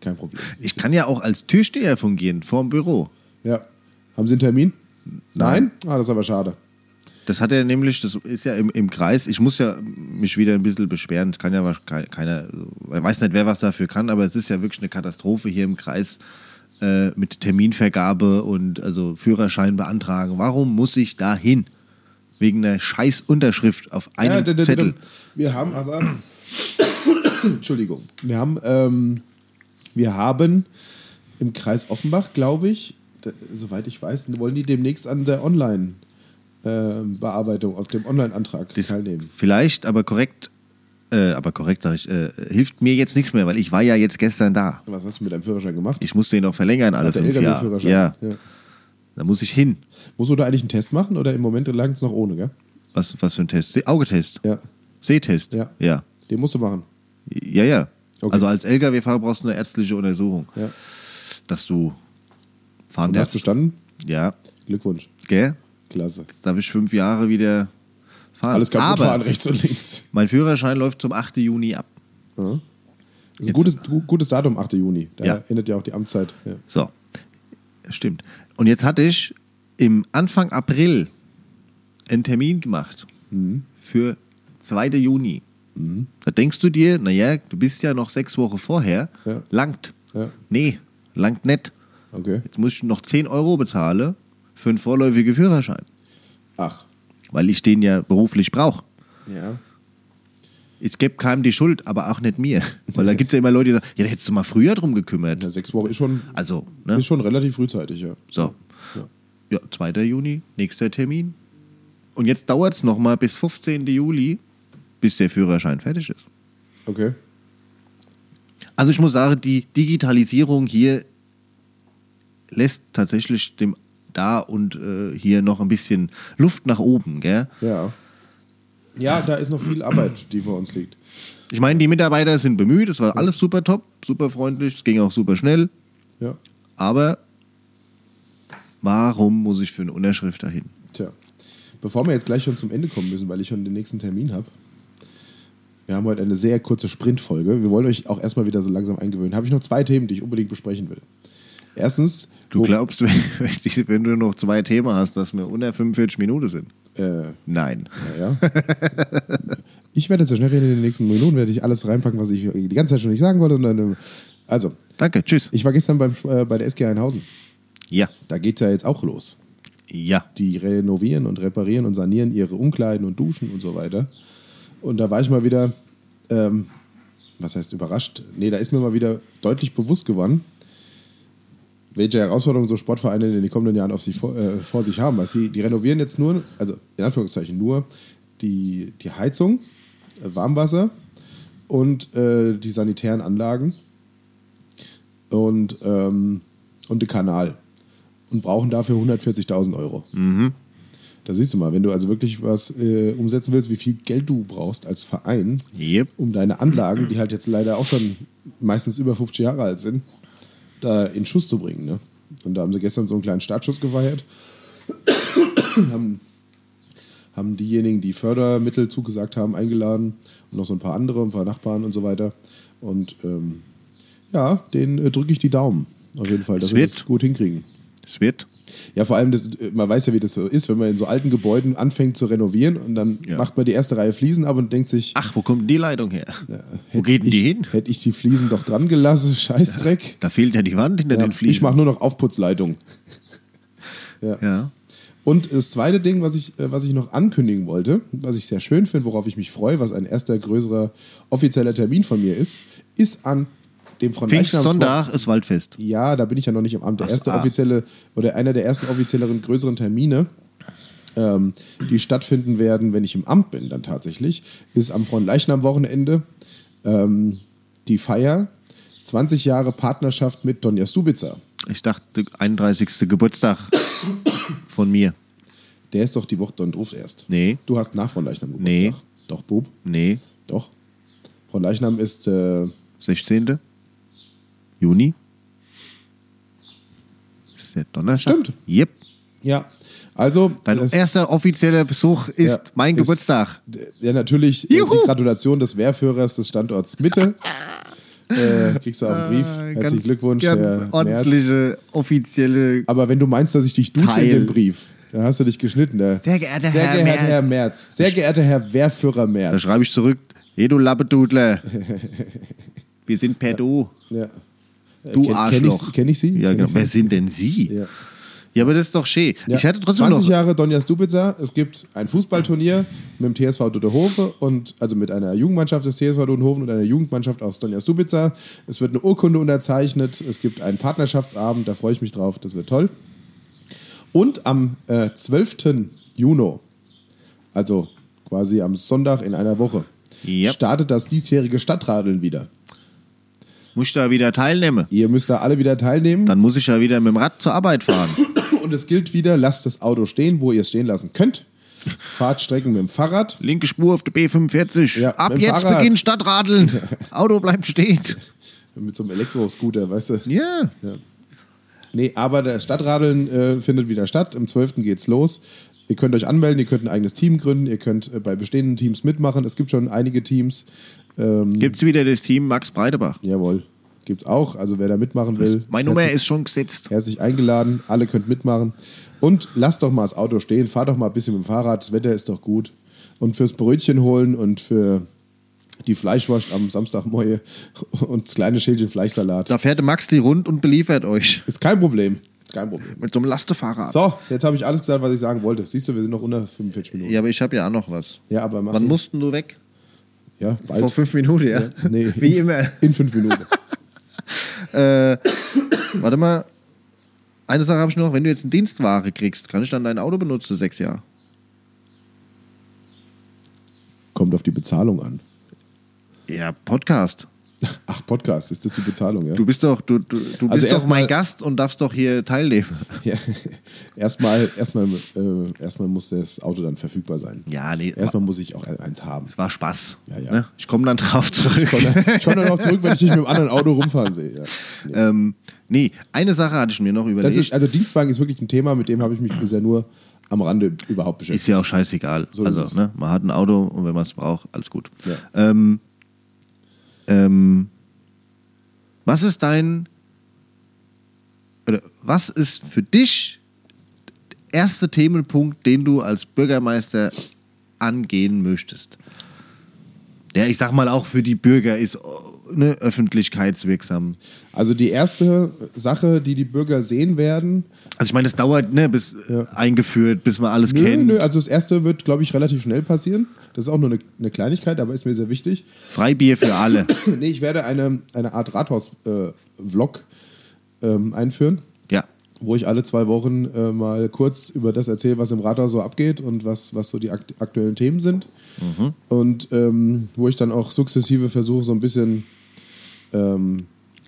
Kein Problem.
Ich kann ja auch als Türsteher fungieren vorm Büro.
Ja. Haben Sie einen Termin? Nein? Ah, das ist aber schade.
Das hat er nämlich, das ist ja im, im Kreis, ich muss ja mich wieder ein bisschen beschweren, es kann ja wasch- kei- keiner, ich weiß nicht, wer was dafür kann, aber es ist ja wirklich eine Katastrophe hier im Kreis äh, mit Terminvergabe und also Führerschein beantragen. Warum muss ich da hin? Wegen einer scheiß Unterschrift auf einem
Ja, da, da, da, da.
Zettel.
Wir haben aber. Entschuldigung. Wir haben, ähm, wir haben im Kreis Offenbach, glaube ich, da, soweit ich weiß, wollen die demnächst an der Online-Bearbeitung, auf dem Online-Antrag teilnehmen.
Vielleicht, aber korrekt, äh, aber korrekt sage ich, äh, hilft mir jetzt nichts mehr, weil ich war ja jetzt gestern da.
Was hast du mit deinem Führerschein gemacht?
Ich musste ihn auch verlängern alle
Der
fünf Jahre.
LKW-Führerschein.
Ja,
Ja.
da muss ich hin.
Musst du da eigentlich einen Test machen oder im Moment langt es noch ohne, gell?
Was, was für ein Test? Se Augetest?
Ja.
Sehtest?
Ja.
Ja,
Den musst du machen.
ja. ja.
Okay.
Also als Lkw-Fahrer brauchst du eine ärztliche Untersuchung,
Ja.
dass du fahren
Und hast
darfst.
bestanden?
Ja,
Glückwunsch.
gell?
Klasse.
Jetzt darf ich fünf Jahre wieder fahren.
Alles kaputt
Aber
fahren, rechts und links.
mein Führerschein läuft zum 8. Juni ab.
Ja. Das ist ein
Jetzt-
gutes, gu- gutes Datum, 8. Juni. Da
Ja.
endet ja auch die Amtszeit. Ja.
So, stimmt. Und jetzt hatte ich im Anfang April einen Termin gemacht
Mhm.
für 2. Juni. Da denkst du dir, naja, du bist ja noch sechs Wochen vorher,
Ja.
langt.
Ja.
Nee, langt nicht.
Okay.
Jetzt muss ich noch 10 Euro bezahlen für einen vorläufigen Führerschein,
Ach.
weil ich den ja beruflich brauche.
Ja.
Ich gebe keinem die Schuld, aber auch nicht mir. Weil da gibt es ja immer Leute, die sagen, ja, da hättest du mal früher drum gekümmert.
ja sechs Wochen ist schon,
Also, ne?
ist schon relativ frühzeitig, ja.
So.
Ja.
Ja, 2. Juni, nächster Termin. Und jetzt dauert es nochmal bis 15. Juli, bis der Führerschein fertig ist.
Okay.
Also ich muss sagen, die Digitalisierung hier lässt tatsächlich dem da und äh, hier noch ein bisschen Luft nach oben, gell?
Ja. Ja, da ist noch viel Arbeit, die vor uns liegt.
Ich meine, die Mitarbeiter sind bemüht, es war alles super top, super freundlich, es ging auch super schnell,
Ja.
aber warum muss ich für eine Unterschrift dahin?
Tja. Bevor wir jetzt gleich schon zum Ende kommen müssen, weil ich schon den nächsten Termin habe. Wir haben heute eine sehr kurze Sprintfolge. Wir wollen euch auch erstmal wieder so langsam eingewöhnen. Habe ich noch zwei Themen, die ich unbedingt besprechen will. Erstens,
Du
wo-
glaubst, wenn, wenn die- wenn du noch zwei Themen hast, dass wir unter 45 Minuten sind?
äh,
Nein.
Ja. ich werde jetzt so schnell reden, in den nächsten Minuten werde ich alles reinpacken, was ich die ganze Zeit schon nicht sagen wollte. Und dann, äh, also,
Danke, tschüss.
ich war gestern beim, äh, bei der SG Einhausen.
Ja,
Da geht ja jetzt auch los.
ja.
Die renovieren und reparieren und sanieren ihre Umkleiden und Duschen und so weiter. Und da war ich mal wieder, ähm, was heißt überrascht? Nee, da ist mir mal wieder deutlich bewusst geworden, welche Herausforderungen so Sportvereine in den kommenden Jahren auf sich vor, äh, vor sich haben. Weil sie, die renovieren jetzt nur, also in Anführungszeichen nur, die, die Heizung, äh, Warmwasser und äh, die sanitären Anlagen und, ähm, und den Kanal. Und brauchen dafür 140.000 Euro. Da siehst du mal, wenn du also wirklich was äh, umsetzen willst, wie viel Geld du brauchst als Verein,
Yep.
um deine Anlagen, die halt jetzt leider auch schon meistens über 50 Jahre alt sind, da in Schuss zu bringen. Ne? Und da haben sie gestern so einen kleinen Startschuss gefeiert. haben, haben diejenigen, die Fördermittel zugesagt haben, eingeladen und noch so ein paar andere, ein paar Nachbarn und so weiter. Und ähm, ja, denen äh, drücke ich die Daumen. Auf jeden Fall, dass
Es
wir
wird.
das gut hinkriegen.
Es wird.
Ja, vor allem, das, äh, man weiß ja, wie das so ist, wenn man in so alten Gebäuden anfängt zu renovieren und dann
Ja.
macht man die erste Reihe Fliesen ab und denkt sich,
Ach, wo kommt denn die Leitung her? wo
hätte
geht denn
ich,
die hin?
Hätte ich die Fliesen doch dran gelassen, Scheißdreck.
Da fehlt ja die Wand hinter
Ja,
den Fliesen.
ich mache nur noch Aufputzleitung.
ja.
Und das zweite Ding, was ich, äh, was ich noch ankündigen wollte, was ich sehr schön finde, worauf ich mich freue, was ein erster größerer offizieller Termin von mir ist, ist an dem von
Pfingstsonntag ist Waldfest.
Ja, da bin ich ja noch nicht im Amt. Der
Ach,
erste
ah.
offizielle oder einer der ersten offizielleren größeren Termine, ähm, die stattfinden werden, wenn ich im Amt bin, dann tatsächlich, ist am Fronleichnam-Wochenende ähm, die Feier 20 Jahre Partnerschaft mit Donja Stubitzer.
Ich dachte, 31. Geburtstag von mir.
Der ist doch die Woche dann ruft erst.
Nee.
Du hast nach Fronleichnam Geburtstag. Doch, Bub.
Nee,
Doch. Fronleichnam ist äh,
16. Juni. Ist der Donnerstag?
Stimmt.
Yep.
Ja, Also,
Dein
das-
erster offizieller Besuch ist
Ja,
mein
ist-
Geburtstag.
ja, natürlich äh,
Juhu.
die Gratulation des Wehrführers des Standorts Mitte. äh, kriegst du auch einen Brief. Herzlichen
Ah, Ganz-
Glückwunsch,
Ganz
Herr Merz.
ordentliche, offizielle.
Aber wenn du meinst, dass ich dich duze
Teil.
in dem Brief, dann hast du dich geschnitten. Der,
Sehr geehrter
sehr
Herr
geehrter
Merz.
Herr Merz. Sehr geehrter Herr Wehrführer Merz.
Da schreibe ich zurück, hey du Lappedudler, wir sind per Du,
Ja. Äh, kenn- kenn
du
ich-
Arschloch.
kenn ich Sie?
Ja,
Kenn
genau.
ich Sie?
Wer sind denn Sie?
Ja.
Ja. aber das ist doch schön.
Ja.
Ich hatte trotzdem
20
noch,
Jahre Donja Stupitzer. Es gibt ein Fußballturnier mit dem TSV Dudehofe und also mit einer Jugendmannschaft des TSV Dudehofen und einer Jugendmannschaft aus Donja Stupitzer. Es wird eine Urkunde unterzeichnet. Es gibt einen Partnerschaftsabend. Da freue ich mich drauf. Das wird toll. Und am äh, 12. Juni, also quasi am Sonntag in einer Woche,
Yep.
startet das diesjährige Stadtradeln wieder.
muss ich da wieder teilnehmen.
Ihr müsst da alle wieder teilnehmen.
Dann muss ich ja wieder mit dem Rad zur Arbeit fahren.
Und es gilt wieder, lasst das Auto stehen, wo ihr es stehen lassen könnt. Fahrt Strecken mit dem Fahrrad.
Linke Spur auf der B45.
Ja,
Ab
mit dem
jetzt
Fahrrad.
beginnt Stadtradeln. Auto bleibt stehen.
Mit so einem Elektroscooter, weißt du?
Ja.
Nee, aber das Stadtradeln äh, findet wieder statt. Am 12. geht's los. Ihr könnt euch anmelden, ihr könnt ein eigenes Team gründen, ihr könnt äh, bei bestehenden Teams mitmachen. Es gibt schon einige Teams. Ähm,
Gibt's wieder das Team Max Breitebach.
jawohl, gibt's auch. Also wer da mitmachen will,
Meine
ist
Nummer
herzlich,
ist schon gesetzt.
herzlich eingeladen. Alle könnt mitmachen. Und lasst doch mal das Auto stehen, fahrt doch mal ein bisschen mit dem Fahrrad, das Wetter ist doch gut. Und fürs Brötchen holen und für die Fleischwurst am Samstagmäue und das kleine Schälchen Fleischsalat.
Da fährt der Max die rund und beliefert euch.
Ist kein Problem. Ist kein Problem.
Mit so einem Lastefahrrad.
So, jetzt habe ich alles gesagt, was ich sagen wollte. Siehst du, wir sind noch unter 45 Minuten.
Ja, aber ich habe ja auch noch was.
Ja, aber mach
Wann
ich.
mussten du weg?
Ja, bald.
Vor fünf Minuten, ja.
Nee,
Wie
in,
immer.
In fünf Minuten.
Äh, warte mal. Eine Sache habe ich noch. Wenn du jetzt eine Dienstware kriegst, kann ich dann dein Auto benutzen, sechs Jahre?
Kommt auf die Bezahlung an.
Ja, Podcast.
Ach, Podcast, ist das die Bezahlung, ja?
Du bist doch, du, du,
Also
du bist doch
erstmal-
mein Gast und darfst doch hier teilnehmen.
ja. Erstmal, erstmal, äh, erstmal muss das Auto dann verfügbar sein.
Ja, nee,
Erstmal muss ich auch e- eins haben.
es war Spaß.
Ja, ja.
Ne? Ich komme dann drauf zurück.
Ich komme dann auch zurück, wenn ich dich mit einem anderen Auto rumfahren sehe. Ja.
ähm, nee, eine Sache hatte ich mir noch überlegt.
Das ist,
Ist,
also Dienstwagen ist wirklich ein Thema, mit dem habe ich mich
Mhm.
bisher nur am Rande überhaupt beschäftigt.
ja auch scheißegal.
So ist es.
also, ne? man hat ein Auto und wenn man es braucht, alles gut.
Ja.
Ähm, ähm, was ist dein oder was ist für dich der erste Themenpunkt, den du als Bürgermeister angehen möchtest? Der, ich sag mal, auch für die Bürger ist oh, ne, öffentlichkeitswirksam.
Also die erste Sache, die die Bürger sehen werden,
Also ich meine, das dauert, ne, bis äh, eingeführt, bis man alles
Nö,
kennt.
nö, also das erste wird, glaube ich, relativ schnell passieren. Das ist auch nur eine, eine Kleinigkeit, aber ist mir sehr wichtig.
Freibier für alle.
nee, ich werde eine, eine Art Rathaus-Vlog ähm, einführen,
ja.
wo ich alle zwei Wochen äh, mal kurz über das erzähle, was im Rathaus so abgeht und was, was so die akt aktuellen Themen sind. Und ähm, wo ich dann auch sukzessive versuche, so ein bisschen ähm,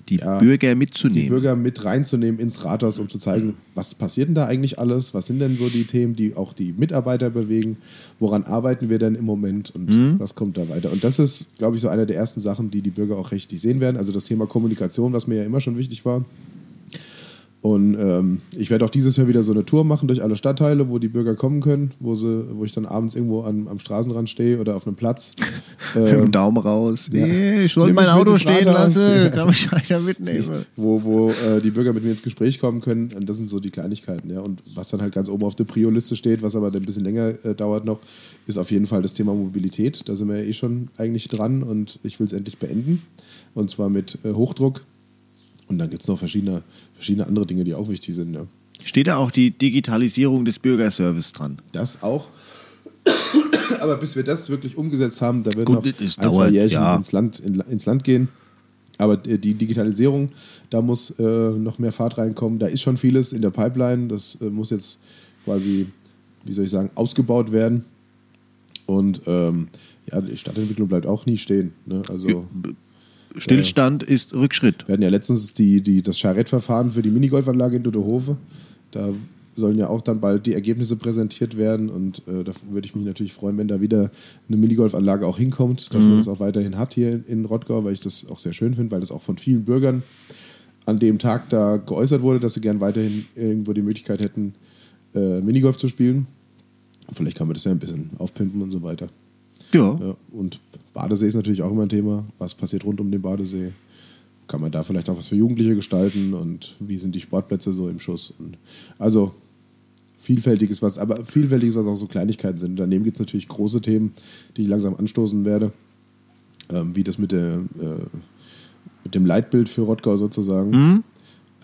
Die
Ja.
Bürger
die
mitzunehmen.
Bürger mit reinzunehmen ins Rathaus, um zu zeigen, was passiert denn da eigentlich alles, was sind denn so die Themen, die auch die Mitarbeiter bewegen, woran arbeiten wir denn im Moment und was kommt da weiter. Und das ist, glaube ich, so eine der ersten Sachen, die die Bürger auch richtig sehen werden. Also das Thema Kommunikation, was mir ja immer schon wichtig war. Und ähm, ich werde auch dieses Jahr wieder so eine Tour machen durch alle Stadtteile, wo die Bürger kommen können, wo, sie, wo ich dann abends irgendwo an, am Straßenrand stehe oder auf einem Platz.
Mit dem Daumen raus. Nee, ich
ähm, Nimm
soll
mich
mein
mit
Auto
ins
stehen
Rathaus.
lassen. Kann mich einer mitnehmen.
wo, wo äh, die Bürger mit mir ins Gespräch kommen können. Und das sind so die Kleinigkeiten. Ja. Und was dann halt ganz oben auf der Prio-Liste steht, was aber dann ein bisschen länger äh, dauert noch, ist auf jeden Fall das Thema Mobilität. Da sind wir ja eh schon eigentlich dran und ich will es endlich beenden. Und zwar mit äh, Hochdruck. Und dann gibt es noch verschiedene, verschiedene andere Dinge, die auch wichtig sind. Ja.
Steht da auch die Digitalisierung des Bürgerservice dran?
Das auch. Aber bis wir das wirklich umgesetzt haben, da wird
Gut,
noch ein,
das
zwei
dauert,
Jährchen
ja.
ins, Land, in, ins Land gehen. Aber die die Digitalisierung, da muss äh, noch mehr Fahrt reinkommen. Da ist schon vieles in der Pipeline. Das äh, muss jetzt quasi, wie soll ich sagen, ausgebaut werden. Und ähm, ja, die Stadtentwicklung bleibt auch nie stehen. Ne? Also
Stillstand ist Rückschritt.
wir hatten ja letztens die, die, das Charrettverfahren für die Minigolfanlage in Duderhofe. Da sollen ja auch dann bald die Ergebnisse präsentiert werden. Und äh, da würde ich mich natürlich freuen, wenn da wieder eine Minigolfanlage auch hinkommt, dass man das auch weiterhin hat hier in Rottgau, weil ich das auch sehr schön finde, weil das auch von vielen Bürgern an dem Tag da geäußert wurde, dass sie gern weiterhin irgendwo die Möglichkeit hätten, äh, Minigolf zu spielen. Vielleicht kann man das ja ein bisschen aufpimpen und so weiter.
Ja.
Ja, und Badesee ist natürlich auch immer ein Thema. Was passiert rund um den Badesee? Kann man da vielleicht auch was für Jugendliche gestalten? Und wie sind die Sportplätze so im Schuss? Und also vielfältiges was, aber vielfältiges, was auch so Kleinigkeiten sind. Daneben gibt es natürlich große Themen, die ich langsam anstoßen werde. Ähm, wie das mit, der, äh, mit dem Leitbild für Rottgau sozusagen.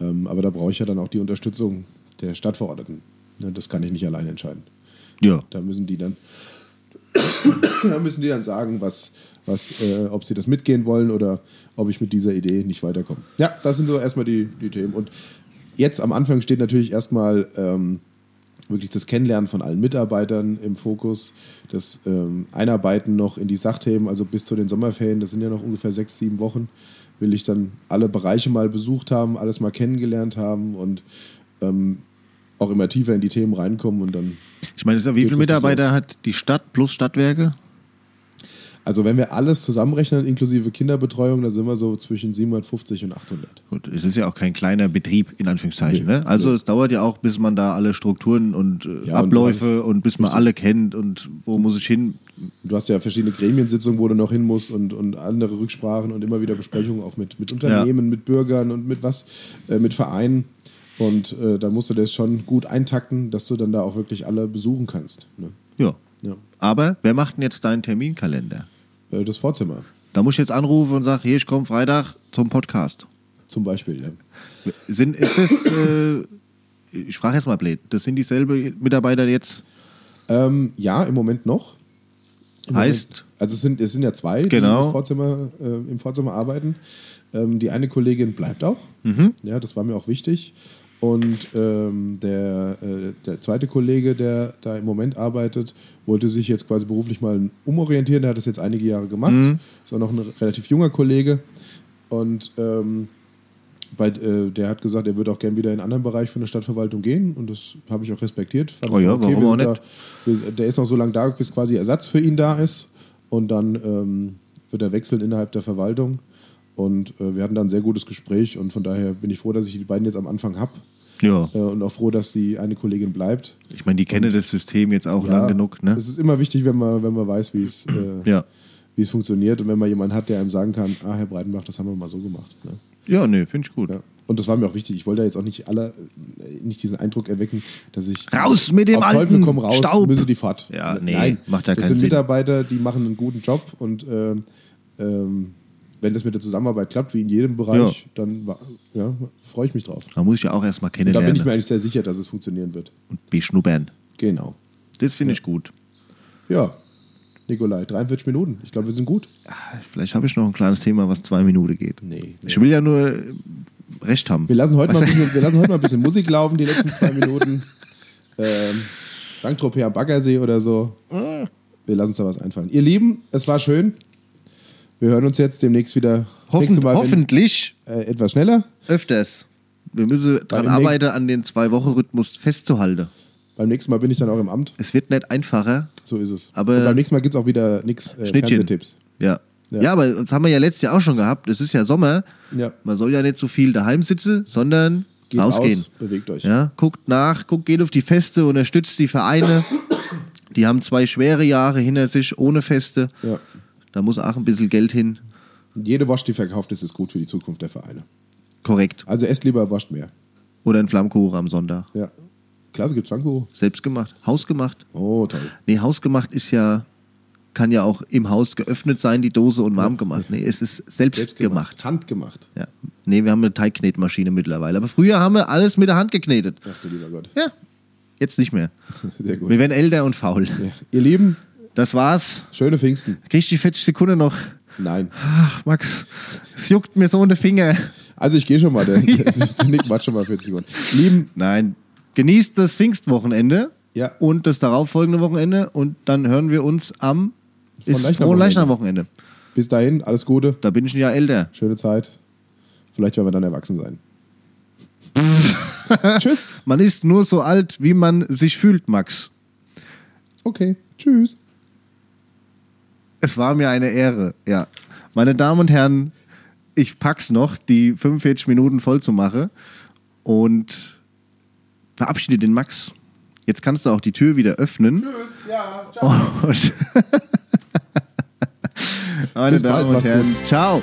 Ähm, aber da brauche ich ja dann auch die Unterstützung der Stadtverordneten. Ne, das kann ich nicht alleine entscheiden.
Ja.
Da müssen die dann, da müssen die dann sagen, was, was, äh, ob sie das mitgehen wollen oder ob ich mit dieser Idee nicht weiterkomme. Ja, das sind so erstmal die, die Themen. Und jetzt am Anfang steht natürlich erstmal ähm, wirklich das Kennenlernen von allen Mitarbeitern im Fokus, das ähm, Einarbeiten noch in die Sachthemen, also bis zu den Sommerferien, das sind ja noch ungefähr sechs, sieben Wochen, will ich dann alle Bereiche mal besucht haben, alles mal kennengelernt haben und ähm, auch immer tiefer in die Themen reinkommen und dann
Ich meine, das ist ja- wie
Geht's
viele
richtig
Mitarbeiter hat die Stadt plus Stadtwerke?
Also wenn wir alles zusammenrechnen, inklusive Kinderbetreuung, da sind wir so zwischen 750 und 800.
Gut, es ist ja auch kein kleiner Betrieb, in Anführungszeichen.
Nee,
ne? Also es dauert ja auch, bis man da alle Strukturen und äh,
Ja, und
Abläufe und, bis man alle kennt und wo muss ich hin.
Du hast ja verschiedene Gremiensitzungen, wo du noch hin musst und, und andere Rücksprachen und immer wieder Besprechungen auch mit, mit Unternehmen, mit Bürgern und mit was, äh, mit Vereinen. Und äh, da musst du das schon gut eintakten, dass du dann da auch wirklich alle besuchen kannst. Ne?
Ja.
Ja.
Aber wer macht denn jetzt deinen Terminkalender?
Äh, das Vorzimmer
Da muss ich jetzt anrufen und sagen, hier, ich komme Freitag zum Podcast.
zum Beispiel. Ja.
Sind, ist es, äh, ich frage jetzt mal blöd, das sind dieselbe Mitarbeiter jetzt?
Ähm, ja, im Moment noch. Im
Heißt?
Moment, also es sind, es sind ja zwei,
Genau.
die im Vorzimmer, äh, im Vorzimmer arbeiten. Ähm, die eine Kollegin bleibt auch. Ja, das war mir auch wichtig. Und ähm, der, äh, der zweite Kollege, der da im Moment arbeitet, wollte sich jetzt quasi beruflich mal umorientieren. Der hat das jetzt einige Jahre gemacht. Ist auch noch ein relativ junger Kollege. Und ähm, bei, äh, der hat gesagt, er würde auch gern wieder in einen anderen Bereich von der Stadtverwaltung gehen. Und das habe ich auch respektiert. Fand
Oh ja,
ich wir
warum auch
sind
nicht?
Da, wir, der ist noch so lange da, bis quasi Ersatz für ihn da ist. Und dann ähm, wird er wechseln innerhalb der Verwaltung. Und äh, wir hatten da ein sehr gutes Gespräch. Und von daher bin ich froh, dass ich die beiden jetzt am Anfang habe.
Ja.
Äh, und auch froh, dass die eine Kollegin bleibt.
Ich meine, die kennen das System jetzt auch lang genug, ne?
Es ist immer wichtig, wenn man, wenn man weiß, wie es, äh,
Ja.
wie es funktioniert. Und wenn man jemanden hat, der einem sagen kann, ah, Herr Breitenbach, das haben wir mal so gemacht. Ne?
Ja, nee, finde ich gut.
Ja. Und das war mir auch wichtig. Ich wollte da jetzt auch nicht alle, äh, nicht diesen Eindruck erwecken, dass ich
Raus mit dem
auf
alten
Teufel komm raus,
Staub.
müsse die Fahrt.
Ja, nee,
Nein,
macht ja
das
keinen
sind
Sinn.
Mitarbeiter, die machen einen guten Job und ähm, ähm, wenn das mit der Zusammenarbeit klappt, wie in jedem Bereich,
Ja.
dann wa- ja, freue ich mich drauf.
Da muss ich ja auch erstmal
Und da bin ich mir
kennenlernen
eigentlich sehr sicher, dass es funktionieren wird.
und beschnuppern.
Genau.
Das finde ich gut.
Ja, Nikolai, 43 Minuten. Ich glaube, wir sind gut.
Ah, Vielleicht habe ich noch ein kleines Thema, was zwei Minuten geht.
Nee, nee.
Ich will ja nur äh, recht haben.
Wir lassen heute, mal
Weißt
ein
du?
bisschen, wir lassen heute mal ein bisschen Musik laufen, die letzten zwei Minuten. Ähm, St. Tropez am Baggersee oder so. Wir lassen uns da was einfallen. Ihr Lieben, es war schön. Wir hören uns jetzt demnächst wieder. Das nächste
Hoffen,
Mal, wenn-
hoffentlich
äh, etwas schneller.
öfters. Wir müssen
Bei
daran
dem Link-
arbeiten, an den Zwei-Wochen-Rhythmus festzuhalten.
Beim nächsten Mal bin ich dann auch im Amt.
Es wird nicht einfacher.
So ist es.
Aber-
Und beim nächsten Mal gibt es auch wieder nix äh,
Schnittchen.
Fernsehtipps.
Ja.
Ja.
ja. aber das haben wir ja letztes Jahr auch schon gehabt. Es ist ja Sommer.
Ja.
Man soll ja nicht so viel daheim sitzen, sondern
Geht
rausgehen.
raus, bewegt euch.
Ja, guckt nach, guckt, geht auf die Feste, unterstützt die Vereine. Die haben zwei schwere Jahre hinter sich ohne Feste.
Ja.
Da muss auch ein bisschen Geld hin.
Und Jede Wasch, die verkauft ist, ist gut für die Zukunft der Vereine.
Korrekt.
Also esst lieber, wascht mehr.
Oder ein Flammkuchen am Sonntag.
Ja. Klasse, gibt's Franco.
Selbstgemacht. Hausgemacht.
Oh, toll.
Nee, hausgemacht ist ja, kann ja auch im Haus geöffnet sein, die Dose und warm gemacht. Nee, es ist selbstgemacht.
Handgemacht.
Ja. Nee, wir haben eine Teigknetmaschine mittlerweile. Aber früher haben wir alles mit der Hand geknetet.
Ach du lieber Gott.
Ja. Jetzt nicht mehr.
Sehr gut.
Wir werden älter und faul.
Ja. Ihr Lieben,
Das war's.
schöne Pfingsten.
Krieg ich die 40 Sekunden noch?
Nein.
Ach, Max, es juckt mir so in den Finger.
Also ich gehe schon mal. Der, der Nick macht schon mal 40 Sekunden. Lieben,
Nein. Genießt das Pfingstwochenende
Ja.
und das darauffolgende Wochenende und dann hören wir uns am
Leichnam-
Frohen Leichnam-Wochenende.
bis dahin, alles Gute,
Da bin ich ein Jahr älter.
schöne Zeit. Vielleicht werden wir dann erwachsen sein. Tschüss.
Man ist nur so alt, wie man sich fühlt, Max.
Okay, tschüss.
Es war mir eine Ehre, ja. Meine Damen und Herren, ich pack's noch, die 45 Minuten voll zu machen und verabschiede den Max. Jetzt kannst du auch die Tür wieder öffnen.
Tschüss, ja, ciao.
Und Meine
Bis bald,
Damen und
macht's
Herren, ciao.